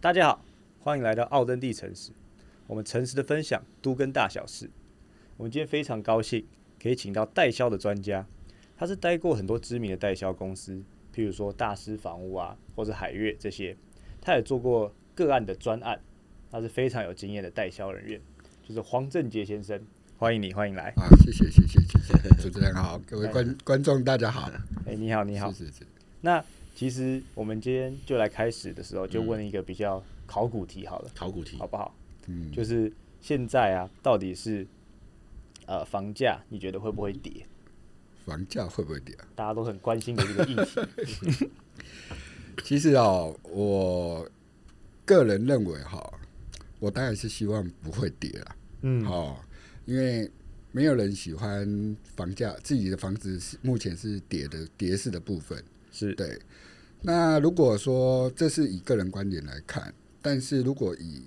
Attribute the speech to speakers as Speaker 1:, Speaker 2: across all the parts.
Speaker 1: 大家好，
Speaker 2: 欢迎来到奥登地城市，我们诚实的分享都跟大小事。我们今天非常高兴可以请到代销的专家，他是待过很多知名的代销公司，譬如说大师房屋啊，或者海悦这些。他也做过个案的专案，他是非常有经验的代销人员，就是黄正杰先生。欢迎你，欢迎来。
Speaker 3: 啊，谢谢谢谢谢谢主持人好，各位观观众大家好，
Speaker 2: 哎，你好，你好。
Speaker 3: 是是是，
Speaker 2: 那其实我们今天就来开始的时候，就问一个比较考古题好了，
Speaker 3: 考古题
Speaker 2: 好，不好？
Speaker 3: 嗯，
Speaker 2: 就是现在啊，到底是呃房价，你觉得会不会跌？
Speaker 3: 房价会不会跌？啊
Speaker 2: 大家都很关心的这个议 题。
Speaker 3: 其实哦，我个人认为哈、我当然是希望不会跌啦，
Speaker 2: 嗯
Speaker 3: 哦，因为没有人喜欢房价，自己的房子是目前是跌的跌势的部分，
Speaker 2: 是
Speaker 3: 对。那如果说这是以个人观点来看，但是如果以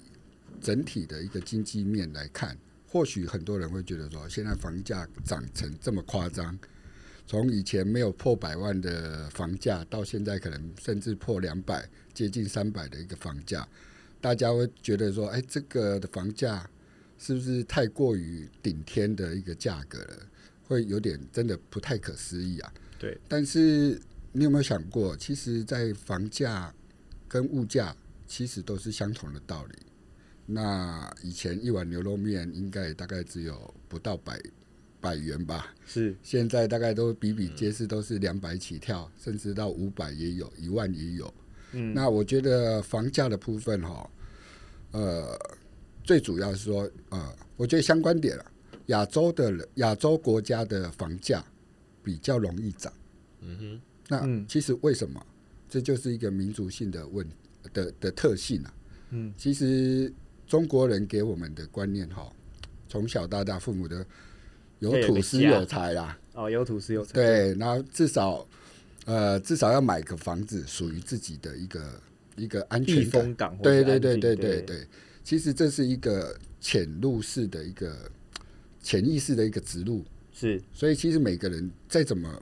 Speaker 3: 整体的一个经济面来看，或许很多人会觉得说，哎现在房价涨成这么夸张，从以前没有破百万的房价，到现在可能甚至破两百、接近三百的一个房价，大家会觉得说，哎，这个的房价是不是太过于顶天的一个价格了？会有点真的不太可思议啊。
Speaker 2: 对，
Speaker 3: 但是你有没有想过，其实，在房价跟物价其实都是相同的道理。那以前一碗牛肉面应该也大概只有不到百百元吧，
Speaker 2: 是，
Speaker 3: 现在大概都比比皆是，都是两百起跳，甚至到五百也有，一万也有。
Speaker 2: 嗯，
Speaker 3: 那我觉得房价的部分哈，呃，最主要是说，呃，我觉得相关点了、啊亚洲的人亚洲国家的房价比较容易涨。嗯哼，
Speaker 2: 嗯
Speaker 3: 那其实为什么？这就是一个民族性的问的的特性啊。
Speaker 2: 嗯，
Speaker 3: 其实中国人给我们的观念哈，从小到大父母的有
Speaker 2: 对有
Speaker 3: 土
Speaker 2: 个
Speaker 3: 司
Speaker 2: 家
Speaker 3: 有财啦，
Speaker 2: 哦，有土是有财，
Speaker 3: 对，然后至少呃至少要买个房子，属于自己的一个一个安
Speaker 2: 避
Speaker 3: 全
Speaker 2: 风
Speaker 3: 感。
Speaker 2: 港或者
Speaker 3: 对对
Speaker 2: 安
Speaker 3: 对
Speaker 2: 定，
Speaker 3: 对
Speaker 2: 对
Speaker 3: 对，对，其实这是一个潜入式的一个潜意识的一个植入，
Speaker 2: 是，
Speaker 3: 所以其实每个人再怎么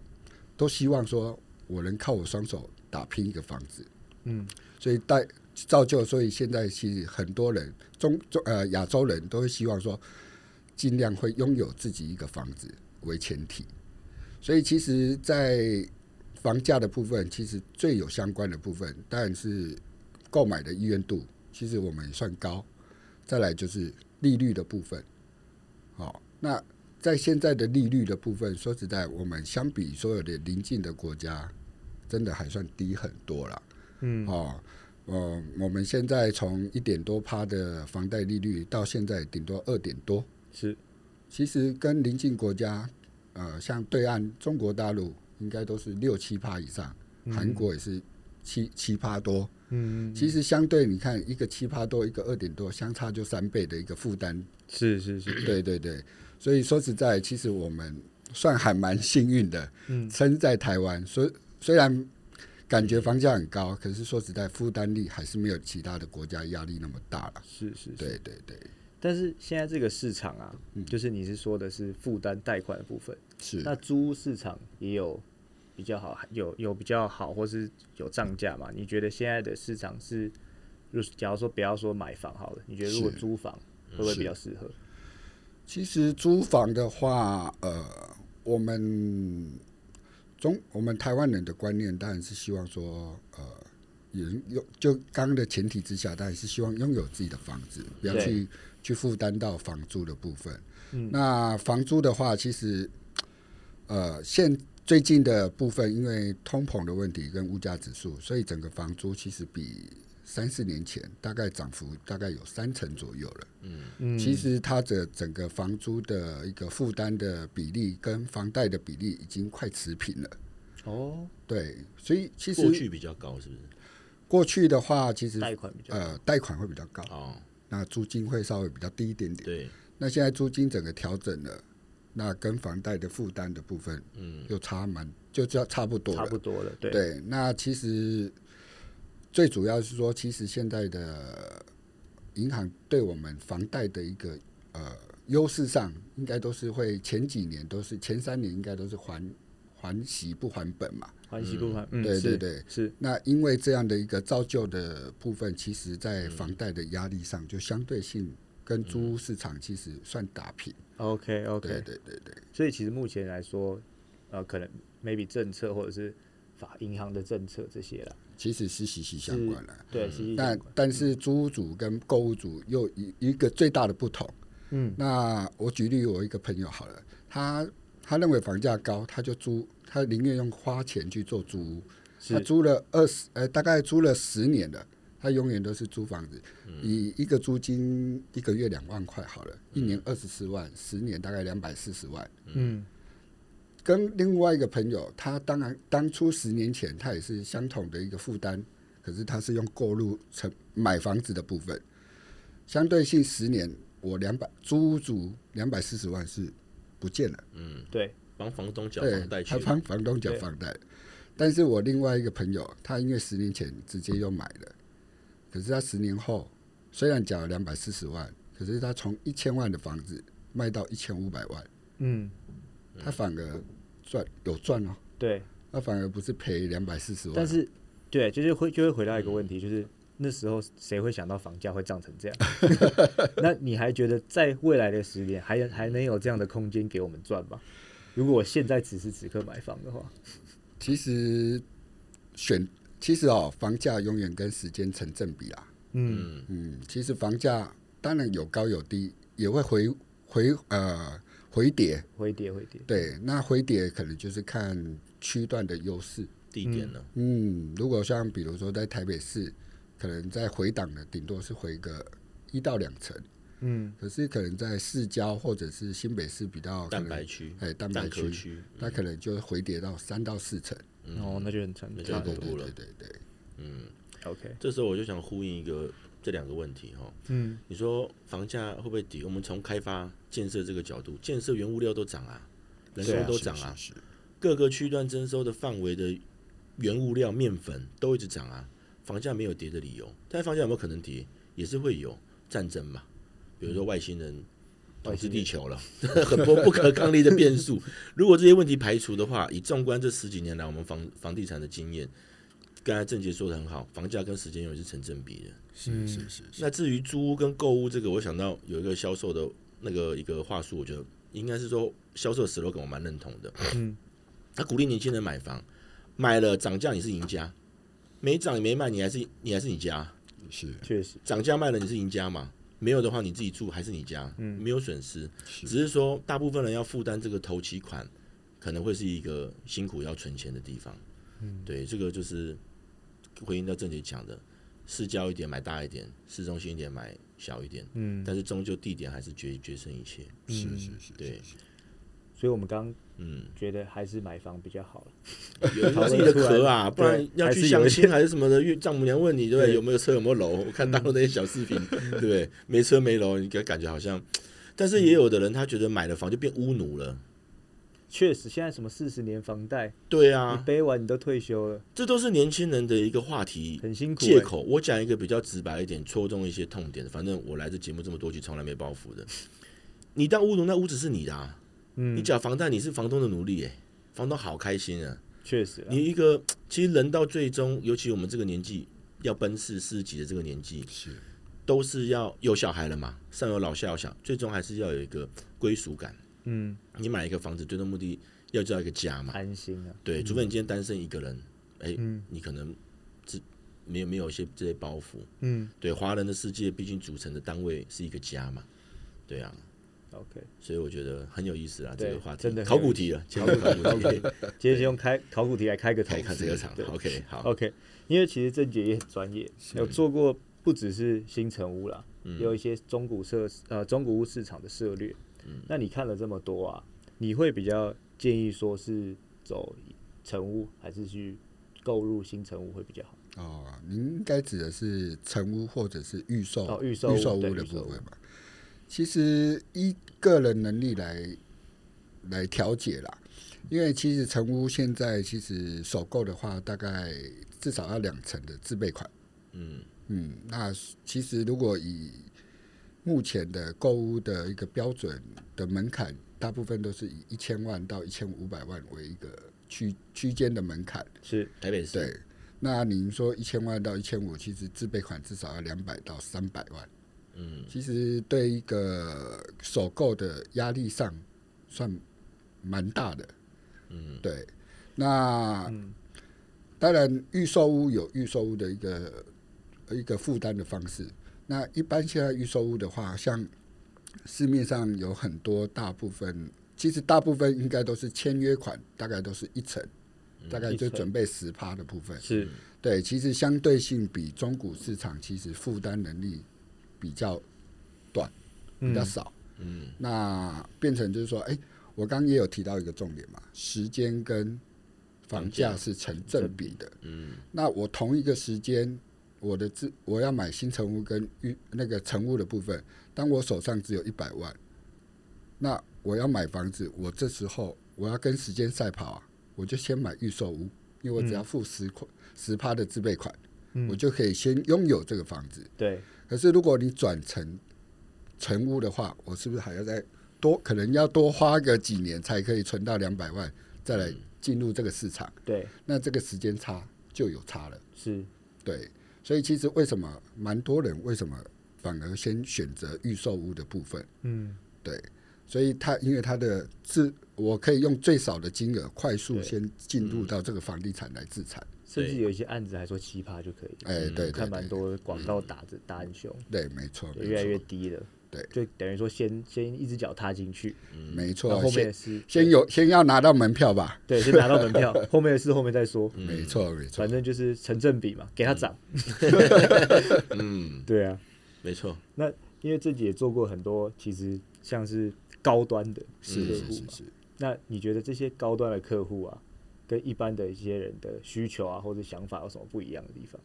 Speaker 3: 都希望说我能靠我双手打拼一个房子，
Speaker 2: 嗯，
Speaker 3: 所以带造就，所以现在其实很多人中中呃亚洲人都会希望说，尽量会拥有自己一个房子为前提。所以其实，在房价的部分，其实最有相关的部分，当然是购买的意愿度，其实我们也算高。再来就是利率的部分，好、那在现在的利率的部分，说实在，我们相比所有的邻近的国家，真的还算低很多了。
Speaker 2: 嗯，
Speaker 3: 哦，呃，我们现在从一点多趴的房贷利率到现在顶多二点多，
Speaker 2: 是，
Speaker 3: 其实跟邻近国家，呃，像对岸中国大陆应该都是六七趴以上，韩国也是七七趴多。
Speaker 2: 嗯，
Speaker 3: 其实相对你看，一个七趴多，一个二点多，相差就三倍的一个负担。
Speaker 2: 是是是，
Speaker 3: 对对对，所以说实在，其实我们算还蛮幸运的，
Speaker 2: 嗯
Speaker 3: 身在台湾，虽虽然感觉房价很高，可是说实在，负担力还是没有其他的国家压力那么大了。
Speaker 2: 是是是。
Speaker 3: 对对嗯对，
Speaker 2: 但是现在这个市场啊，就是你是说的是负担贷款的部分，
Speaker 3: 是
Speaker 2: 那租屋市场也有比较好，有有比较好，或是有涨价嘛？你觉得现在的市场是，如假如说不要说买房好了，你觉得如果
Speaker 3: 是嗯
Speaker 2: 租房会不会
Speaker 3: 是
Speaker 2: 比较适合？
Speaker 3: 其实租房的话，呃，我们中我们台湾人的观念当然是希望说，呃，人有就刚刚的前提之下，当然是希望拥有自己的房子，不要
Speaker 2: 对
Speaker 3: 去去负担到房租的部分。
Speaker 2: 嗯
Speaker 3: 那房租的话，其实呃，现最近的部分，因为通膨的问题跟物价指数，所以整个房租其实比三四年前大概涨幅大概有三成左右了。
Speaker 2: 嗯
Speaker 3: 其实它的整个房租的一个负担的比例跟房贷的比例已经快持平了。
Speaker 2: 哦，
Speaker 3: 对，所以其实
Speaker 4: 过去比较高，是不是？
Speaker 3: 过去的话，其实
Speaker 2: 贷款比较
Speaker 3: 呃贷款会比较高，
Speaker 4: 哦，
Speaker 3: 那租金会稍微比较低一点点。
Speaker 4: 对，
Speaker 3: 那现在租金整个调整了，那跟房贷的负担的部分，
Speaker 4: 嗯，
Speaker 3: 又差蛮就差差不多
Speaker 2: 差
Speaker 3: 了
Speaker 2: 不。多了，对，
Speaker 3: 对，那其实最主要是说，其实现在的银行对我们房贷的一个呃优势上，应该都是会前几年都是前三年应该都是还还息不还本嘛。
Speaker 2: 环西路环，嗯，
Speaker 3: 对
Speaker 2: 是
Speaker 3: 对对，
Speaker 2: 是
Speaker 3: 那因为这样的一个造就的部分，其实在房贷的压力上，就相对性跟租屋市场其实算打平。
Speaker 2: OK
Speaker 3: 对
Speaker 2: OK，
Speaker 3: 嗯对对对，
Speaker 2: 所以其实目前来说，呃，可能 maybe 政策或者是法银行的政策这些啦，
Speaker 3: 其实是息息相关了。
Speaker 2: 对，息息相
Speaker 3: 但
Speaker 2: 关。
Speaker 3: 但是租屋主跟购物主又一一个最大的不同。
Speaker 2: 嗯，
Speaker 3: 那我举例，我一个朋友好了，他他认为房价高，他就租，他宁愿用花钱去做租屋。他
Speaker 2: 是
Speaker 3: 租了二十，呃，大概租了十年了，他永远都是租房子，
Speaker 2: 嗯
Speaker 3: 以一个租金一个月两万块好了，一年二十四万，十年大概两百四十万。
Speaker 2: 嗯
Speaker 3: 跟另外一个朋友，他当然当初十年前他也是相同的一个负担，可是他是用购入成买房子的部分，相对性十年我两百租屋主两百四十万是不见了。
Speaker 2: 对，
Speaker 1: 帮房东缴
Speaker 3: 对
Speaker 1: 房，贷去
Speaker 3: 他，帮房东缴
Speaker 2: 对
Speaker 3: 房贷。但是我另外一个朋友，他因为十年前直接又买了，可是他十年后虽然缴了两百四十万，可是他从一千万的房子卖到一千五百万，
Speaker 2: 嗯
Speaker 3: 他反而赚有赚哦，
Speaker 2: 对，
Speaker 3: 他反而不是赔两百四十万。
Speaker 2: 但是对，就是会就会回
Speaker 3: 嗯
Speaker 2: 到一个问题，就是那时候谁会想到房价会涨成 这样？那你还觉得在未来的十年还还能有这样的空间给我们赚吗？如果我现在此时此刻买房的话，
Speaker 3: 其实选其实哦，房价永远跟时间成正比啦。
Speaker 2: 嗯，
Speaker 1: 嗯，
Speaker 3: 嗯，其实房价当然有高有低，也会回回呃回跌。
Speaker 2: 回跌回跌，
Speaker 3: 对，那回跌可能就是看区段的优势。
Speaker 1: 地点呢？
Speaker 3: 嗯，如果像比如说在台北市，可能在回档的顶多是回个一到两成，
Speaker 2: 嗯
Speaker 3: 可是可能在市郊或者是新北市比较可
Speaker 1: 蛋
Speaker 3: 能
Speaker 1: 白区，
Speaker 3: 哎蛋白
Speaker 1: 蛋壳
Speaker 3: 区，
Speaker 1: 区，
Speaker 3: 那可能就回跌到三到四成。
Speaker 2: 哦，那就很惨
Speaker 1: 那，
Speaker 3: 嗯
Speaker 1: 就
Speaker 3: 对
Speaker 1: 很
Speaker 3: 对
Speaker 1: 恐
Speaker 3: 对
Speaker 1: 怖了
Speaker 3: 对。对对，
Speaker 2: OK，
Speaker 1: 这时候我就想呼应一个这两个问题哈，
Speaker 2: 嗯，
Speaker 1: 你说房价会不会低？我们从开发建设这个角度，建设原物料都涨啊，人
Speaker 2: 对啊
Speaker 1: 工都
Speaker 3: 是
Speaker 1: 涨啊，
Speaker 3: 是是
Speaker 1: 各个区段征收的范围的原物料、面粉都一直涨啊，房价没有跌的理由。但房价有没有可能跌？也是会有战争嘛，比如说外星人统治地球了， 很多不可抗力的变数。如果这些问题排除的话，以纵观这十几年来我们房房地产的经验，刚才郑杰说的很好，房价跟时间永远是成正比的。
Speaker 3: 是是是
Speaker 1: 那至于租屋跟购物这个，我想到有一个销售的那个一个话术，我觉得应该是说销售 slogan 我蛮认同的。
Speaker 2: 嗯，
Speaker 1: 他鼓励年轻人买房，买了涨价你是赢家，没涨你没卖你还是你还是你家，
Speaker 3: 是
Speaker 2: 确实，
Speaker 1: 涨价卖了你是赢家嘛，没有的话你自己住还是你家，嗯，没有损失，
Speaker 3: 是
Speaker 1: 只是说大部分人要负担这个头期款，可能会是一个辛苦要存钱的地方。嗯，对，这个就是回应到郑姐讲的，市郊一点买大一点，市中心一点买小一点。
Speaker 2: 嗯，
Speaker 1: 但是终究地点还是决决胜一切。
Speaker 3: 是是是，
Speaker 1: 嗯对，
Speaker 2: 所以我们刚
Speaker 1: 嗯，
Speaker 2: 觉得还是买房比较好了，
Speaker 1: 有
Speaker 2: 讨论
Speaker 1: 自己的
Speaker 2: 出来
Speaker 1: 壳啊，不然
Speaker 2: 对
Speaker 1: 要
Speaker 2: 还
Speaker 1: 去
Speaker 2: 是有
Speaker 1: 相
Speaker 2: 一
Speaker 1: 亲还是什么的，因为丈母娘问你对不对？
Speaker 2: 对
Speaker 1: 有没有车有没有楼？我看大陆那些小视 频，对不对？没车没楼，你感感觉好像，但是也
Speaker 2: 嗯
Speaker 1: 有的人他觉得买了房就变屋奴了。
Speaker 2: 确实，现在什么四十年房贷，
Speaker 1: 对
Speaker 2: 你
Speaker 1: 啊，
Speaker 2: 背完你都退休了，
Speaker 1: 这都是年轻人的一个话题
Speaker 2: 很辛苦欸，
Speaker 1: 借口。我讲一个比较直白一点，戳中一些痛点的。反正我来这节目这么多集，从来没报复的。你当屋奴，那屋子是你的、啊，你
Speaker 2: 嗯，
Speaker 1: 缴房贷，你是房东的奴隶、欸，房东好开心啊。
Speaker 2: 确实啦，
Speaker 1: 你一个其实人到最终，尤其我们这个年纪要奔四四十几的这个年纪，
Speaker 3: 是
Speaker 1: 都是要有小孩了嘛，上有老下有小，最终还是要有一个归属感。
Speaker 2: 嗯，
Speaker 1: 你买一个房子，最终目的要叫一个家嘛，
Speaker 2: 安心啊，
Speaker 1: 对，除非你今天单身一个人，哎、
Speaker 2: 嗯
Speaker 1: 你可能这没有没有一些这些包袱。
Speaker 2: 嗯
Speaker 1: 对，华人的世界毕竟组成的单位是一个家嘛，对啊，
Speaker 2: ，OK。
Speaker 1: 所以我觉得很有意思啊，这
Speaker 2: 对
Speaker 1: 个话题，
Speaker 2: 真的很
Speaker 1: 考
Speaker 2: 有
Speaker 1: 古
Speaker 2: 意思
Speaker 1: 题了，今天考 古题，
Speaker 2: 今天就用开考古题来开个头
Speaker 1: 开，看这个场
Speaker 2: 对
Speaker 1: ，OK，好，
Speaker 2: OK，因为其实郑姐也很专业，有做过不只是新城屋啦，
Speaker 3: 嗯
Speaker 2: 也有一些中古社呃中古屋市场的策略。
Speaker 3: 嗯
Speaker 2: 那你看了这么多啊，你会比较建议说是走城屋，还是去购入新城屋会比较好？
Speaker 3: 哦，您应该指的是成屋或者是预售、
Speaker 2: 哦预售屋对
Speaker 3: 屋的
Speaker 2: 预售
Speaker 3: 部
Speaker 2: 屋
Speaker 3: 分吧。其实依个人能力来来调节啦，因为其实成屋现在其实首购的话，大概至少要两成的自备款。
Speaker 1: 嗯
Speaker 3: 嗯，那其实如果以目前的购物的一个标准的门槛，大部分都是以一千万到一千五百万为一个区区间的门槛。
Speaker 2: 是
Speaker 1: 台北市
Speaker 3: 对，那您说一千万到一千五，其实自备款至少要两百到三百万。嗯，其实对一个首购的压力上算蛮大的。嗯，对。那、当然，预售屋有预售屋的一个一个负担的方式。那一般现在预售屋的话，像市面上有很多，大部分其实大部分应该都是签约款，大概都是一层，大概
Speaker 2: 一
Speaker 3: 就
Speaker 2: 层
Speaker 3: 准备十趴的部分。
Speaker 2: 是
Speaker 3: 对，其实相对性比中古市场其实负担能力比较短，比较少。
Speaker 1: 嗯，
Speaker 3: 那变成就是说，哎、我刚刚也有提到一个重点嘛，时间跟房价是成正比的。
Speaker 1: 嗯，
Speaker 3: 那我同一个时间，我的自我要买新成屋跟预那个成屋的部分，当我手上只有一百万，那我要买房子，我这时候我要跟时间赛跑啊，我就先买预售屋，因为我只要付十块十趴的自备款，
Speaker 2: 嗯
Speaker 3: 我就可以先拥有这个房子。
Speaker 2: 对，
Speaker 3: 可是如果你转成成屋的话，我是不是还要再多可能要多花个几年才可以存到两百万，再
Speaker 2: 嗯
Speaker 3: 来进入这个市场？
Speaker 2: 对，
Speaker 3: 那这个时间差就有差了。
Speaker 2: 是，
Speaker 3: 对，所以其实为什么蛮多人为什么反而先选择预售屋的部分？
Speaker 2: 嗯，
Speaker 3: 对，所以他因为他的自我可以用最少的金额快速
Speaker 2: 对嗯
Speaker 3: 先进入到这个房地产来自产。
Speaker 2: 甚至有一些案子还说奇葩就可以，
Speaker 3: 哎、对对
Speaker 2: 看蛮
Speaker 3: 对，
Speaker 2: 多广告打着打很凶，
Speaker 3: 对，没错，
Speaker 2: 对越来
Speaker 3: 没
Speaker 2: 越
Speaker 3: 错，
Speaker 2: 低了，
Speaker 3: 对
Speaker 2: 就等于说先先一只脚踏进去，
Speaker 3: 没
Speaker 2: 那
Speaker 3: 错，
Speaker 2: 后面
Speaker 3: 啊先
Speaker 2: 的事
Speaker 3: 先有先要拿到门票吧。
Speaker 2: 对，先拿到门 票，后面的事后面再说，
Speaker 3: 没错，没错
Speaker 2: 嗯反，正就是成正比嘛，给它涨，
Speaker 1: 嗯，
Speaker 2: 对啊，
Speaker 1: 没错，
Speaker 2: 那因为自己也做过很多，其实像是高端的
Speaker 3: 是
Speaker 2: 客
Speaker 3: 是
Speaker 2: 户
Speaker 3: 是
Speaker 2: 嘛，
Speaker 3: 是。
Speaker 2: 那你觉得这些高端的客户啊，跟一般的一些人的需求啊或者想法有什么不一样的地方？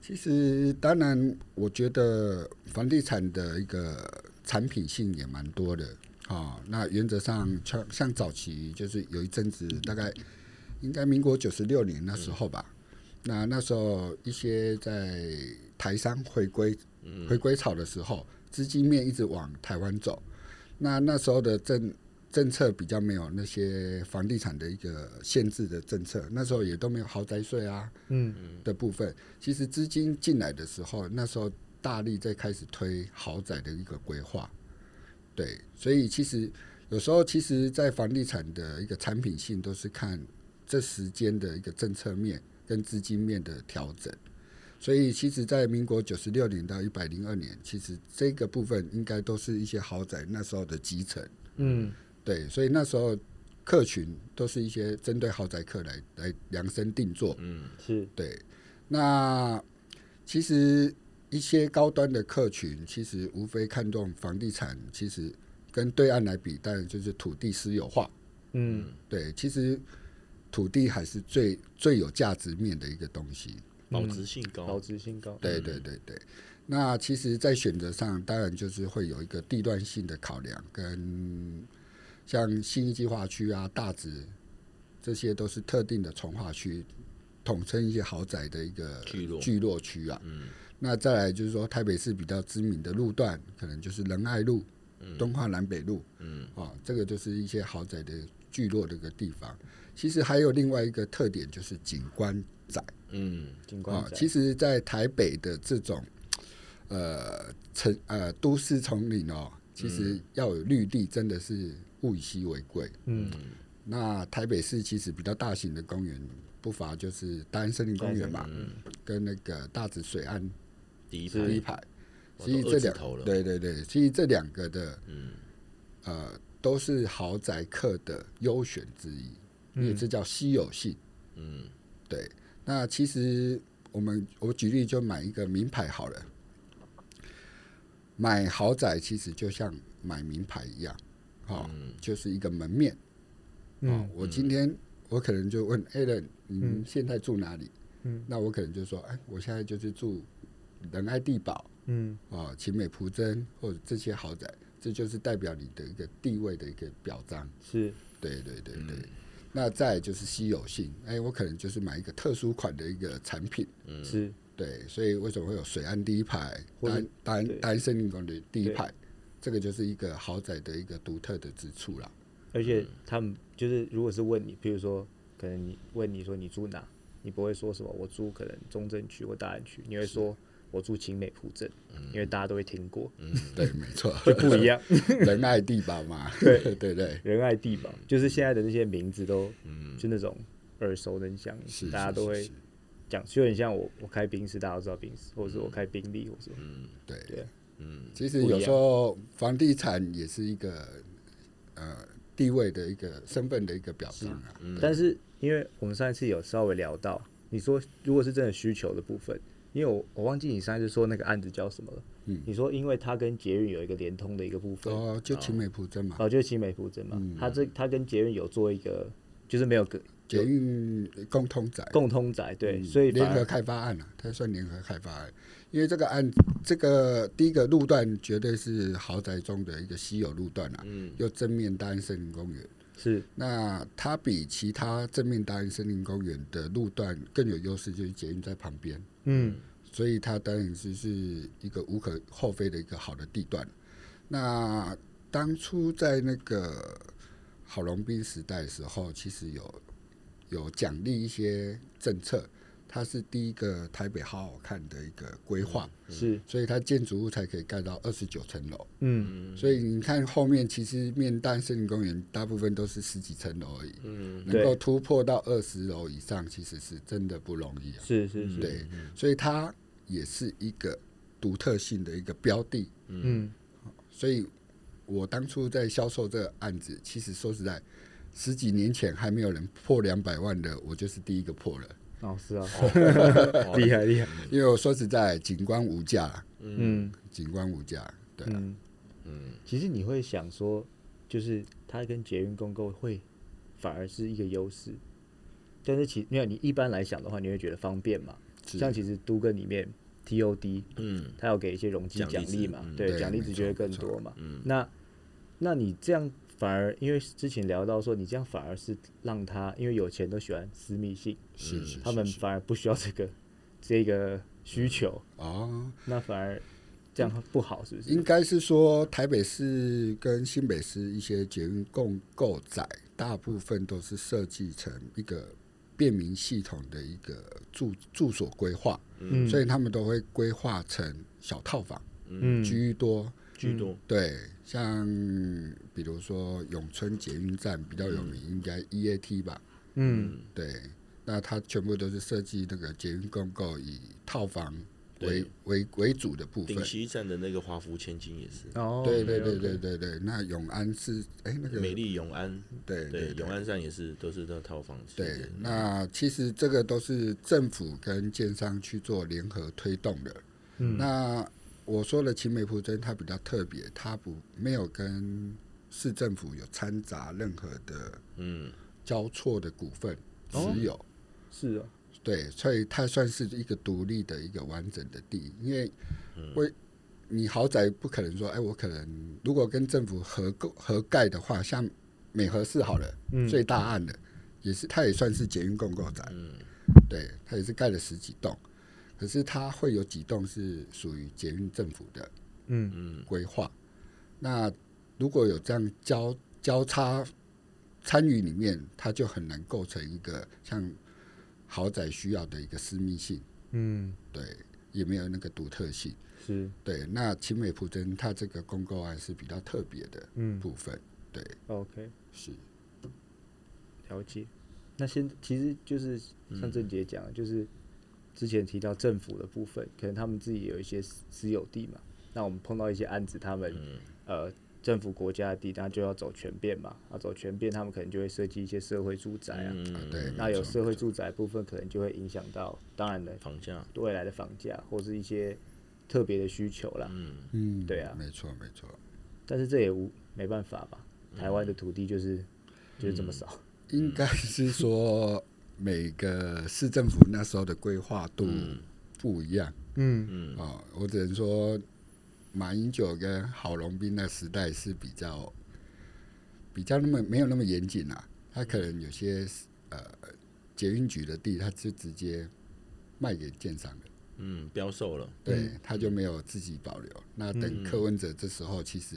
Speaker 3: 其实，当然，我觉得房地产的一个产品性也蛮多的哦。那原则上，像像早期就是有一阵子，大概应该民国九十六年那时候吧。那那时候一些在台商回归回归潮的时候，资金面一直往台湾走。那那时候的政政策比较没有那些房地产的一个限制的政策，那时候也都没有豪宅税啊，
Speaker 2: 嗯，
Speaker 3: 的部分，其实资金进来的时候，那时候大力在开始推豪宅的一个规划，对，所以其实有时候其实，在房地产的一个产品性都是看这时间的一个政策面跟资金面的调整，所以其实，在民国九十六年到一百零二年，其实这个部分应该都是一些豪宅那时候的集成。
Speaker 2: 嗯，
Speaker 3: 对，所以那时候客群都是一些针对豪宅客来来量身定做。
Speaker 2: 是，
Speaker 3: 对，那其实一些高端的客群，其实无非看重房地产，其实跟对岸来比，当然就是土地私有化。
Speaker 2: 嗯，
Speaker 3: 对，其实土地还是最最有价值面的一个东西。
Speaker 1: 保值性高
Speaker 2: 嗯保，值性高，
Speaker 3: 对
Speaker 1: 嗯
Speaker 3: 对对对。那其实，在选择上，当然就是会有一个地段性的考量，跟像新一计划区啊、大直，这些都是特定的从化区，统称一些豪宅的一个
Speaker 1: 聚落
Speaker 3: 聚落区啊。
Speaker 1: 嗯
Speaker 3: 那再来就是说，台北市比较知名的路段，可能就是仁爱路、东华南北路
Speaker 1: 嗯
Speaker 3: 啊、这个就是一些豪宅的聚落的一个地方。其实还有另外一个特点就是景观宅。
Speaker 1: 嗯
Speaker 2: 景观
Speaker 3: 啊，
Speaker 2: 宅
Speaker 3: 其实，在台北的这种呃城呃都市丛林哦，其实要有绿地，真的是物以稀为贵。
Speaker 2: 嗯，
Speaker 3: 那台北市其实比较大型的公园，不乏就是大安森林嗯公园嘛，跟那个大直水岸
Speaker 1: 第一排
Speaker 3: 第一排。
Speaker 1: 哇
Speaker 3: 其实
Speaker 1: 都
Speaker 3: 这
Speaker 1: 二字
Speaker 3: 两
Speaker 1: 头了
Speaker 3: 对对对，其实这两个的
Speaker 1: 嗯
Speaker 3: 呃都是豪宅客的优选之一，
Speaker 2: 嗯
Speaker 3: 因为这叫稀有性。
Speaker 1: 嗯
Speaker 3: 对，那其实我们我举例就买一个名牌好了，买豪宅其实就像买名牌一样，好、
Speaker 1: 嗯
Speaker 3: 就是一个门面。哦
Speaker 2: 嗯，
Speaker 3: 我今天我可能就问 Alan，你现在住哪里？
Speaker 2: 嗯，
Speaker 3: 那我可能就说，哎，我现在就是住仁爱地堡
Speaker 2: 嗯，
Speaker 3: 啊、勤美蒲真或者这些豪宅，这就是代表你的一个地位的一个表彰。
Speaker 2: 是，
Speaker 3: 对对对对。
Speaker 2: 嗯
Speaker 3: 那再来就是稀有性，哎，我可能就是买一个特殊款的一个产品，
Speaker 2: 是，
Speaker 3: 对，所以为什么会有水岸第一排、
Speaker 2: 或是
Speaker 3: 单单
Speaker 2: 对
Speaker 3: 单森林公园第一
Speaker 2: 对
Speaker 3: 排，这个就是一个豪宅的一个独特的之处啦。
Speaker 2: 而且他们就是，如果是问你，比如说可能你问你说你住哪，你不会说什么我住可能中正区或大安区，你会说我住青美浦镇，
Speaker 3: 嗯
Speaker 2: 因为大家都会听过，
Speaker 3: 对，没错，
Speaker 2: 就 不一样。
Speaker 3: 仁爱地堡嘛，对对对，
Speaker 2: 仁爱地
Speaker 3: 嗯
Speaker 2: 堡就是现在的那些名字都，就那种耳熟能详，
Speaker 3: 是
Speaker 2: 大家
Speaker 3: 是
Speaker 2: 都
Speaker 3: 是
Speaker 2: 会
Speaker 3: 是
Speaker 2: 讲，就很像我我开宾士，大家都知道宾士，或者是我
Speaker 3: 嗯
Speaker 2: 开宾利，或者什么
Speaker 3: 对
Speaker 2: 对，
Speaker 3: 嗯，其实
Speaker 2: 不一
Speaker 3: 有
Speaker 2: 样
Speaker 3: 时候房地产也是一个呃地位的一个身份的一个表彰啊。
Speaker 2: 但是因为我们上一次有稍微聊到，你说如果是真的需求的部分，因为我我忘记你上一次说那个案子叫什么了，你说因为它跟捷运有一个联通的一个部分，
Speaker 3: 哦，就青美浦镇嘛，
Speaker 2: 哦，就是新美浦镇嘛，它这它跟捷运有做一个就是没有个
Speaker 3: 捷运共通宅，
Speaker 2: 共通宅，对，
Speaker 3: 嗯
Speaker 2: 所以
Speaker 3: 联
Speaker 2: 反
Speaker 3: 合
Speaker 2: 而
Speaker 3: 开发案啊，它算联合开发案，因为这个案这个第一个路段绝对是豪宅中的一个稀有路段啊，
Speaker 1: 嗯
Speaker 3: 又正面大安森林公园。
Speaker 2: 是
Speaker 3: 那它比其他正面大安森林公园的路段更有优势，就是捷运在旁边。
Speaker 2: 嗯
Speaker 3: 所以它当然是是一个无可厚非的一个好的地段。那当初在那个郝龙斌时代的时候，其实有有奖励一些政策，它是第一个台北好好看的一个规划，
Speaker 2: 是
Speaker 3: 所以它建筑物才可以盖到二十九层楼。
Speaker 2: 嗯
Speaker 3: 所以你看后面，其实面淡森林公园大部分都是十几层楼而已，
Speaker 1: 嗯
Speaker 3: 能够
Speaker 2: 对
Speaker 3: 突破到二十楼以上，其实是真的不容易啊。
Speaker 2: 是是是，
Speaker 3: 对，所以它也是一个独特性的一个标的。
Speaker 2: 嗯
Speaker 3: 所以我当初在销售这个案子，其实说实在，十几年前还没有人破两百万的，我就是第一个破了。
Speaker 2: 哦是啊，
Speaker 1: 哦
Speaker 2: 厉害厉害，
Speaker 3: 因为我说实在，景观无价啦，
Speaker 2: 嗯。
Speaker 3: 景观无价。对啊，
Speaker 2: 嗯，嗯，其实你会想说，就是它跟捷运共构会反而是一个优势，但是其没有你一般来想的话，你会觉得方便嘛？
Speaker 3: 是
Speaker 2: 像其实都跟里面 TOD
Speaker 1: 嗯
Speaker 2: 它有给一些容积
Speaker 1: 奖
Speaker 2: 奖
Speaker 1: 励
Speaker 2: 励
Speaker 1: 制
Speaker 2: 嘛，
Speaker 1: 嗯
Speaker 2: 对，
Speaker 3: 对
Speaker 2: 奖励
Speaker 3: 没
Speaker 2: 值
Speaker 3: 错
Speaker 2: 就会
Speaker 3: 没
Speaker 2: 更
Speaker 3: 错
Speaker 2: 多嘛。
Speaker 1: 嗯
Speaker 2: 那那你这样反而因为之前聊到说，你这样反而是让他因为有钱都喜欢私密性，
Speaker 3: 是是是
Speaker 2: 他们
Speaker 3: 嗯是
Speaker 2: 反而不需要这个这个需求，
Speaker 3: 哦，
Speaker 2: 那反而这样不好，是不
Speaker 3: 应
Speaker 2: 是？
Speaker 3: 该是说台北市跟新北市一些捷运共购窄，大部分都是设计成一个便民系统的一个住住所规划。
Speaker 2: 嗯
Speaker 3: 所以他们都会规划成小套房、
Speaker 2: 嗯
Speaker 3: 居多。
Speaker 1: 居多
Speaker 3: 对，像比如说永春捷运站比较有名，应该 EAT 吧？
Speaker 2: 嗯
Speaker 3: 对，那它全部都是设计那个捷运公购以套房为
Speaker 1: 对
Speaker 3: 为为主的部
Speaker 1: 顶
Speaker 3: 分。
Speaker 1: 溪站的那个华服千金也是，
Speaker 2: 哦，
Speaker 3: 对对
Speaker 2: OK，OK
Speaker 3: 对对对对，那永安是哎那个
Speaker 1: 美丽永安，
Speaker 3: 对
Speaker 1: 对
Speaker 3: 对
Speaker 1: 永安站也是都是那套房嗯系列
Speaker 3: 对
Speaker 1: 的，，
Speaker 3: 那其实这个都是政府跟建商去做联合推动的。
Speaker 2: 嗯
Speaker 3: 那我说的青梅浦镇它比较特别，它不没有跟市政府有掺杂任何的
Speaker 1: 嗯
Speaker 3: 交错的股份
Speaker 2: 哦
Speaker 3: 持有，
Speaker 2: 是哦，
Speaker 3: 对，所以它算是一个独立的一个完整的地，因为
Speaker 1: 嗯
Speaker 3: 为。你豪宅不可能说，哎，我可能如果跟政府合购合盖的话，像美和市好了，
Speaker 2: 嗯
Speaker 3: 最大案的也是，它也算是捷运共购宅，
Speaker 1: 嗯
Speaker 3: 对，它也是盖了十几栋，可是它会有几栋是属于捷运政府的，
Speaker 2: 嗯
Speaker 1: 嗯
Speaker 3: 规划。那如果有这样交交叉参与里面，它就很难构成一个像豪宅需要的一个私密性，
Speaker 2: 嗯，
Speaker 3: 对，也没有那个独特性。
Speaker 2: 是
Speaker 3: 对，那青美普珍它这个公告案是比较特别的
Speaker 2: 嗯
Speaker 3: 部分，对，
Speaker 2: OK
Speaker 3: 是
Speaker 2: 了解。那现其实就是
Speaker 3: 嗯
Speaker 2: 像郑杰讲的，就是之前提到政府的部分，可能他们自己有一些私私有地嘛。那我们碰到一些案子，他们
Speaker 1: 嗯
Speaker 2: 呃政府国家的地，那就要走全变嘛。啊，走全变，他们可能就会设计一些社会住宅啊。
Speaker 1: 嗯
Speaker 3: 啊，对。
Speaker 2: 那
Speaker 3: 没
Speaker 2: 有
Speaker 3: 错
Speaker 2: 社会住宅部分，可能就会影响到，当然的
Speaker 1: 房价，
Speaker 2: 未来的房价或是一些特别的需求啦。
Speaker 1: 嗯
Speaker 3: 嗯，
Speaker 2: 对啊
Speaker 3: 没错没错，
Speaker 2: 但是这也无没办法吧，
Speaker 1: 嗯
Speaker 2: 台湾的土地就是、就是这么少，
Speaker 3: 应该是说每个市政府那时候的规划度不一样。
Speaker 2: 嗯，
Speaker 1: 嗯
Speaker 3: 哦，我只能说，马英九跟郝龙斌那时代是比较比较那么没有那么严谨啊。他可能有些呃捷运局的地，他就直接卖给建商了，
Speaker 1: 嗯，标售了，嗯
Speaker 3: 对，他就没有自己保留。那等柯文哲这时候，其实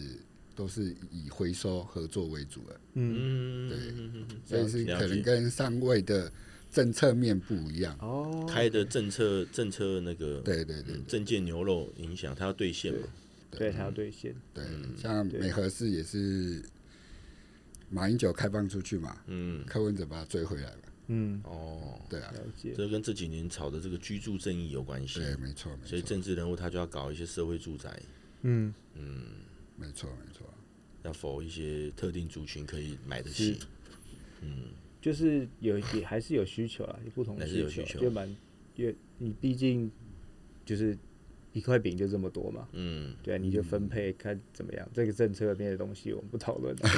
Speaker 3: 都是以回收合作为主了，
Speaker 2: 嗯，
Speaker 1: 嗯，
Speaker 3: 对
Speaker 1: 嗯，嗯
Speaker 3: 所以是
Speaker 1: 了
Speaker 3: 可能
Speaker 1: 解
Speaker 3: 跟上位的政策面不一样。
Speaker 2: 哦，
Speaker 1: 开的政策政策那个
Speaker 3: 对对对
Speaker 1: 嗯政界牛肉影响，它要兑现嘛，
Speaker 2: 对，还要兑现，
Speaker 3: 对，
Speaker 1: 嗯
Speaker 3: 像
Speaker 2: 对
Speaker 3: 美和市也是马英九开放出去嘛，
Speaker 1: 嗯，
Speaker 3: 柯文哲把它追回来嘛，
Speaker 2: 嗯，
Speaker 1: 哦，
Speaker 3: 对啊，
Speaker 2: 了解，
Speaker 1: 这跟这几年炒的这个居住正义有关系，
Speaker 3: 对，没错，
Speaker 1: 所
Speaker 3: 没
Speaker 1: 以
Speaker 3: 错，
Speaker 1: 政治人物他就要搞一些社会住宅，
Speaker 2: 嗯，
Speaker 3: 没错，没错，
Speaker 1: 要否一些特定族群可以买得
Speaker 2: 是
Speaker 1: 起，
Speaker 2: 就是有也还是有需求啦，有不同的
Speaker 1: 还是有
Speaker 2: 需
Speaker 1: 需
Speaker 2: 求，
Speaker 1: 求
Speaker 2: 就蛮，因为你毕竟就是一块饼就这么多嘛，
Speaker 1: 嗯，
Speaker 2: 对啊，你就分配看怎么样。这个政策面的东西我们不讨论啊，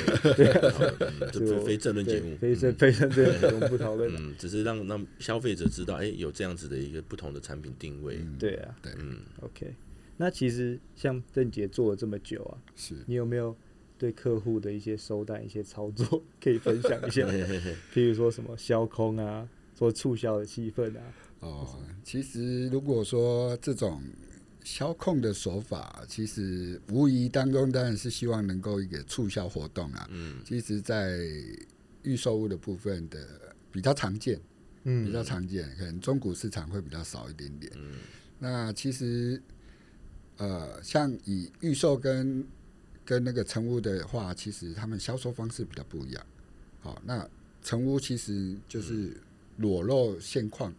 Speaker 1: 嗯这
Speaker 2: 就
Speaker 1: 不非政论节
Speaker 2: 对
Speaker 1: 目，
Speaker 2: 非政非政策面我们不讨论啊。
Speaker 1: 嗯，只是让让消费者知道，哎、有这样子的一个不同的产品定位，
Speaker 2: 对啊
Speaker 3: 对，
Speaker 1: 嗯，
Speaker 2: ，OK。那其实像邓杰做了这么久啊，
Speaker 3: 是。
Speaker 2: 你有没有对客户的一些收单、一些操作 可以分享一下？譬如说什么销空啊，做促销的气氛啊，
Speaker 3: 哦，其实如果说这种销控的手法，其实无疑当中当然是希望能够一个促销活动啊。嗯，其实，在预售物的部分的比较常见，比
Speaker 2: 嗯
Speaker 3: 较常见，可能中古市场会比较少一点点。嗯，那其实呃，像以预售跟跟那个成屋的话，其实他们销售方式比较不一样。好、那成屋其实就是裸露现况，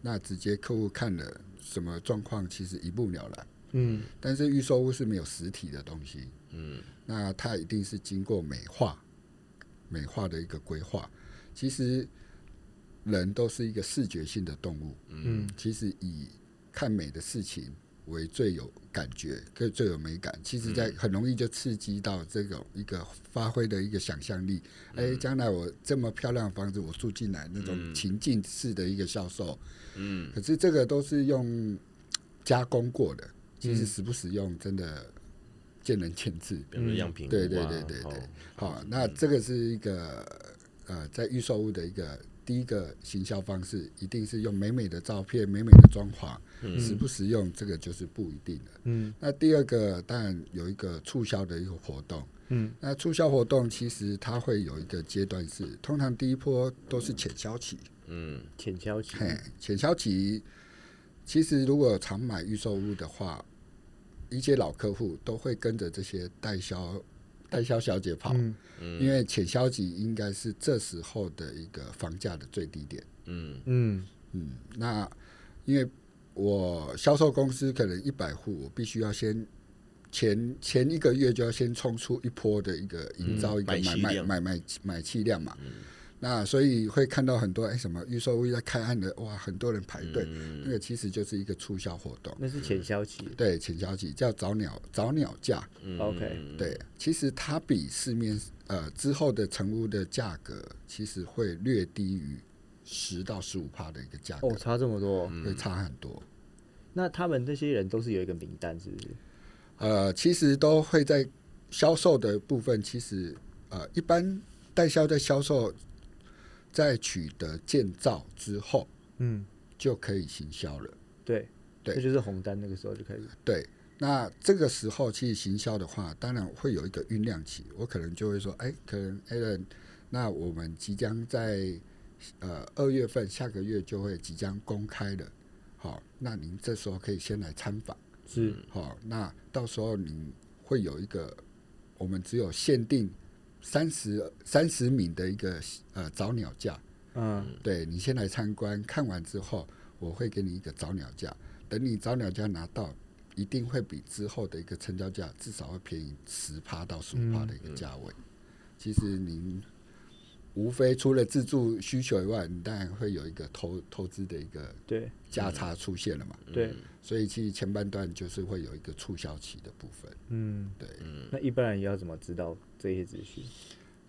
Speaker 3: 那直接客户看了什么状况，其实一目了然。
Speaker 2: 嗯
Speaker 3: 但是预售屋是没有实体的东西，
Speaker 1: 嗯，
Speaker 3: 那它一定是经过美化、美化的一个规划。其实人都是一个视觉性的动物，
Speaker 2: 嗯
Speaker 3: 其实以看美的事情为最有感觉，最最有美感。其实，在很容易就刺激到这种一个发挥的一个想象力。哎、将来我这么漂亮的房子，我住进来那种情境式的一个销售，嗯，可是这个都是用加工过的，其实实不实用真的见仁见智。
Speaker 1: 比如说样品、
Speaker 3: 嗯
Speaker 1: 啊
Speaker 3: 对对对对对
Speaker 1: 哦
Speaker 3: 好，那这个是一个呃，在预售屋的一个第一个行销方式，一定是用美美的照片、美美的装潢，实不实用这个就是不一定的。
Speaker 2: 嗯
Speaker 3: 那第二个当然有一个促销的一个活动，
Speaker 2: 嗯
Speaker 3: 那促销活动其实它会有一个阶段是，通常第一波都是浅销期，
Speaker 1: 嗯，
Speaker 2: 浅消期，
Speaker 3: 嘿，浅销期其实如果常买预售屋的话，一些老客户都会跟着这些代销代销小姐跑。
Speaker 2: 嗯
Speaker 3: 因为浅销级应该是这时候的一个房价的最低点。
Speaker 1: 嗯
Speaker 2: 嗯
Speaker 3: 嗯，那因为我销售公司可能一百户，我必须要先前前一个月就要先冲出一波的一个营造一个
Speaker 1: 嗯
Speaker 3: 买
Speaker 1: 买气
Speaker 3: 卖
Speaker 1: 量嗯
Speaker 3: 买卖买气量嘛。那所以会看到很多哎什么预售屋要开案的哇，很多人排队，
Speaker 1: 嗯
Speaker 3: 那个其实就是一个促销活动。
Speaker 2: 那是浅消期。
Speaker 3: 对，浅销级叫早鸟早鸟价，
Speaker 1: 嗯
Speaker 2: OK
Speaker 3: 对，其实它比市面呃之后的成屋的价格，其实会略低于十到十五帕的一个价格，
Speaker 2: 哦，差这么多哦、
Speaker 1: 嗯
Speaker 3: 会差很多。
Speaker 2: 那他们这些人都是有一个名单，是不是？
Speaker 3: 呃，其实都会在销售的部分，其实呃一般代销在销售在取得建造之后
Speaker 2: 嗯，
Speaker 3: 就可以行销了。
Speaker 2: 对，
Speaker 3: 对
Speaker 2: 这就是红单那个时候就开始。
Speaker 3: 对，那这个时候其实行销的话，当然会有一个酝酿期，我可能就会说，哎，可能 Alan，那我们即将在呃二月份下个月就会即将公开了，好，那您这时候可以先来参访，
Speaker 2: 是，
Speaker 3: 好，那到时候您会有一个，我们只有限定三十三十米的一个呃早鸟价，
Speaker 2: 嗯
Speaker 3: 对你先来参观，看完之后我会给你一个早鸟价，等你早鸟价拿到，一定会比之后的一个成交价至少会便宜十趴到十五趴的一个价位。其实您无非除了自住需求以外，你当然会有一个投投资的一个
Speaker 2: 对
Speaker 3: 价差出现了嘛。
Speaker 2: 对，
Speaker 3: 所以其实前半段就是会有一个促销期的部分。
Speaker 2: 嗯，
Speaker 3: 对，
Speaker 2: 那一般人要怎么知道这些资讯？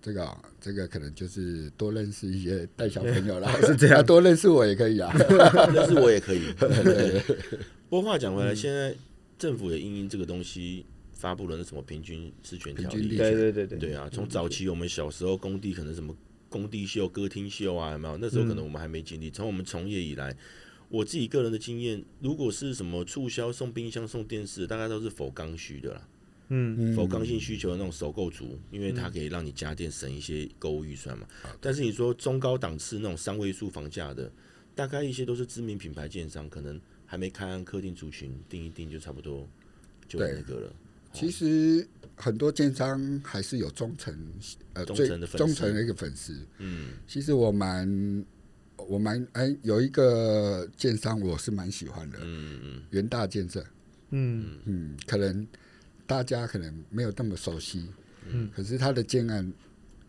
Speaker 3: 这个、啊这个可能就是多认识一些带小朋友啦， 是这样，多认识我也可以啊。
Speaker 1: 但哦是我 也可以。不过话讲
Speaker 3: 嗯
Speaker 1: 回来，现在政府也因应这个东西发布了那什么平均职权条
Speaker 3: 平均地，
Speaker 1: 例
Speaker 2: 对对对对
Speaker 1: 对啊，从早期我们小时候工地可能什么工地秀、歌厅秀啊，有没有？那时候可能我们还没经历。从我们从业以来，我自己个人的经验，如果是什么促销送冰箱、送电视，大概都是否刚需的啦。
Speaker 2: 嗯，
Speaker 1: 否刚性需求的那种首购族，因为它可以让你家电省一些购物预算嘛
Speaker 3: 好的。
Speaker 1: 但是你说中高档次那种三位数房价的，大概一些都是知名品牌建商，可能还没开案，客定族群定一定就差不多就
Speaker 3: 对
Speaker 1: 那个了。
Speaker 3: 其实很多建商还是有忠诚，呃，
Speaker 1: 忠
Speaker 3: 最
Speaker 1: 诚的粉丝
Speaker 3: 忠诚的一个粉丝。嗯，其实我蛮，我蛮哎，有一个建商我是蛮喜欢的，
Speaker 1: 嗯嗯
Speaker 3: 元大建设。
Speaker 2: 嗯，
Speaker 3: 嗯，可能大家可能没有那么熟悉，
Speaker 2: 嗯，
Speaker 3: 可是他的建案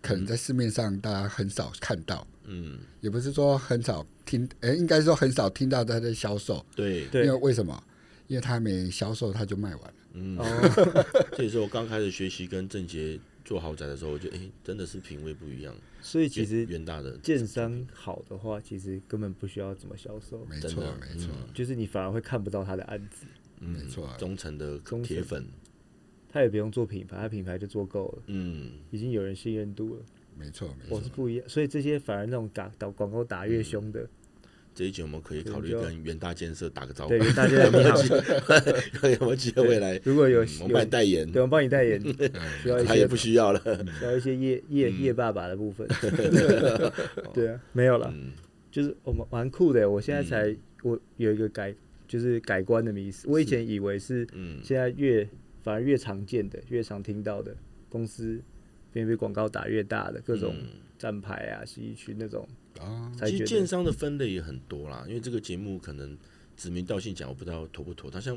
Speaker 3: 可能在市面上大家很少看到，
Speaker 1: 嗯，
Speaker 3: 也不是说很少听，哎、应该说很少听到他在销售，
Speaker 1: 对，
Speaker 3: 因
Speaker 2: 对
Speaker 3: 为，为什么？因为他没销售，他就卖完了。
Speaker 1: 嗯，
Speaker 2: 哦，
Speaker 1: 这也是我刚开始学习跟郑杰做豪宅的时候，我觉得哎、诶真的是品味不一样。
Speaker 2: 所以其实
Speaker 1: 远大的
Speaker 2: 建商好的话，其实根本不需要怎么销售，
Speaker 3: 没
Speaker 1: 真
Speaker 3: 错
Speaker 1: 的，
Speaker 3: 没错，
Speaker 2: 就是你反而会看不到他的案子，
Speaker 1: 嗯
Speaker 3: 没错啊
Speaker 1: 忠诚的
Speaker 2: 忠诚
Speaker 1: 铁粉，
Speaker 2: 他也不用做品牌，他品牌就做够了，
Speaker 1: 嗯，
Speaker 2: 已经有人信任度了，
Speaker 3: 没错，没
Speaker 2: 我
Speaker 3: 错。
Speaker 2: 是不一样，所以这些反而那种打打广告打越凶的，
Speaker 1: 这一集我们可以考虑
Speaker 2: 对就
Speaker 1: 跟远大建设打个招呼
Speaker 2: 对，，大家你好，
Speaker 1: 有没有机会来？
Speaker 2: 如果有
Speaker 1: 嗯我们帮
Speaker 2: 有
Speaker 1: 你。代言，嗯
Speaker 2: 对，我帮你代 言，需要一
Speaker 1: 他也
Speaker 2: 些
Speaker 1: 不需要了。
Speaker 2: 需要一些叶叶
Speaker 1: 嗯
Speaker 2: 叶爸爸的部 分。对啊，没有了，
Speaker 1: 嗯
Speaker 2: 就是我们蛮酷的。我现在才、我有一个改，就是改观的迷思。我以前以为是
Speaker 1: 嗯，
Speaker 2: 现在越反而越常见的、越常听到的公司，因为广告打越大的各种
Speaker 1: 嗯
Speaker 2: 站牌啊、洗衣区那种，
Speaker 3: 啊，
Speaker 2: 才
Speaker 1: 其
Speaker 2: 觉
Speaker 1: 实建
Speaker 2: 得嗯
Speaker 1: 商的分类也很多啦，因为这个节目可能指名道姓讲，我不知道妥不妥当。像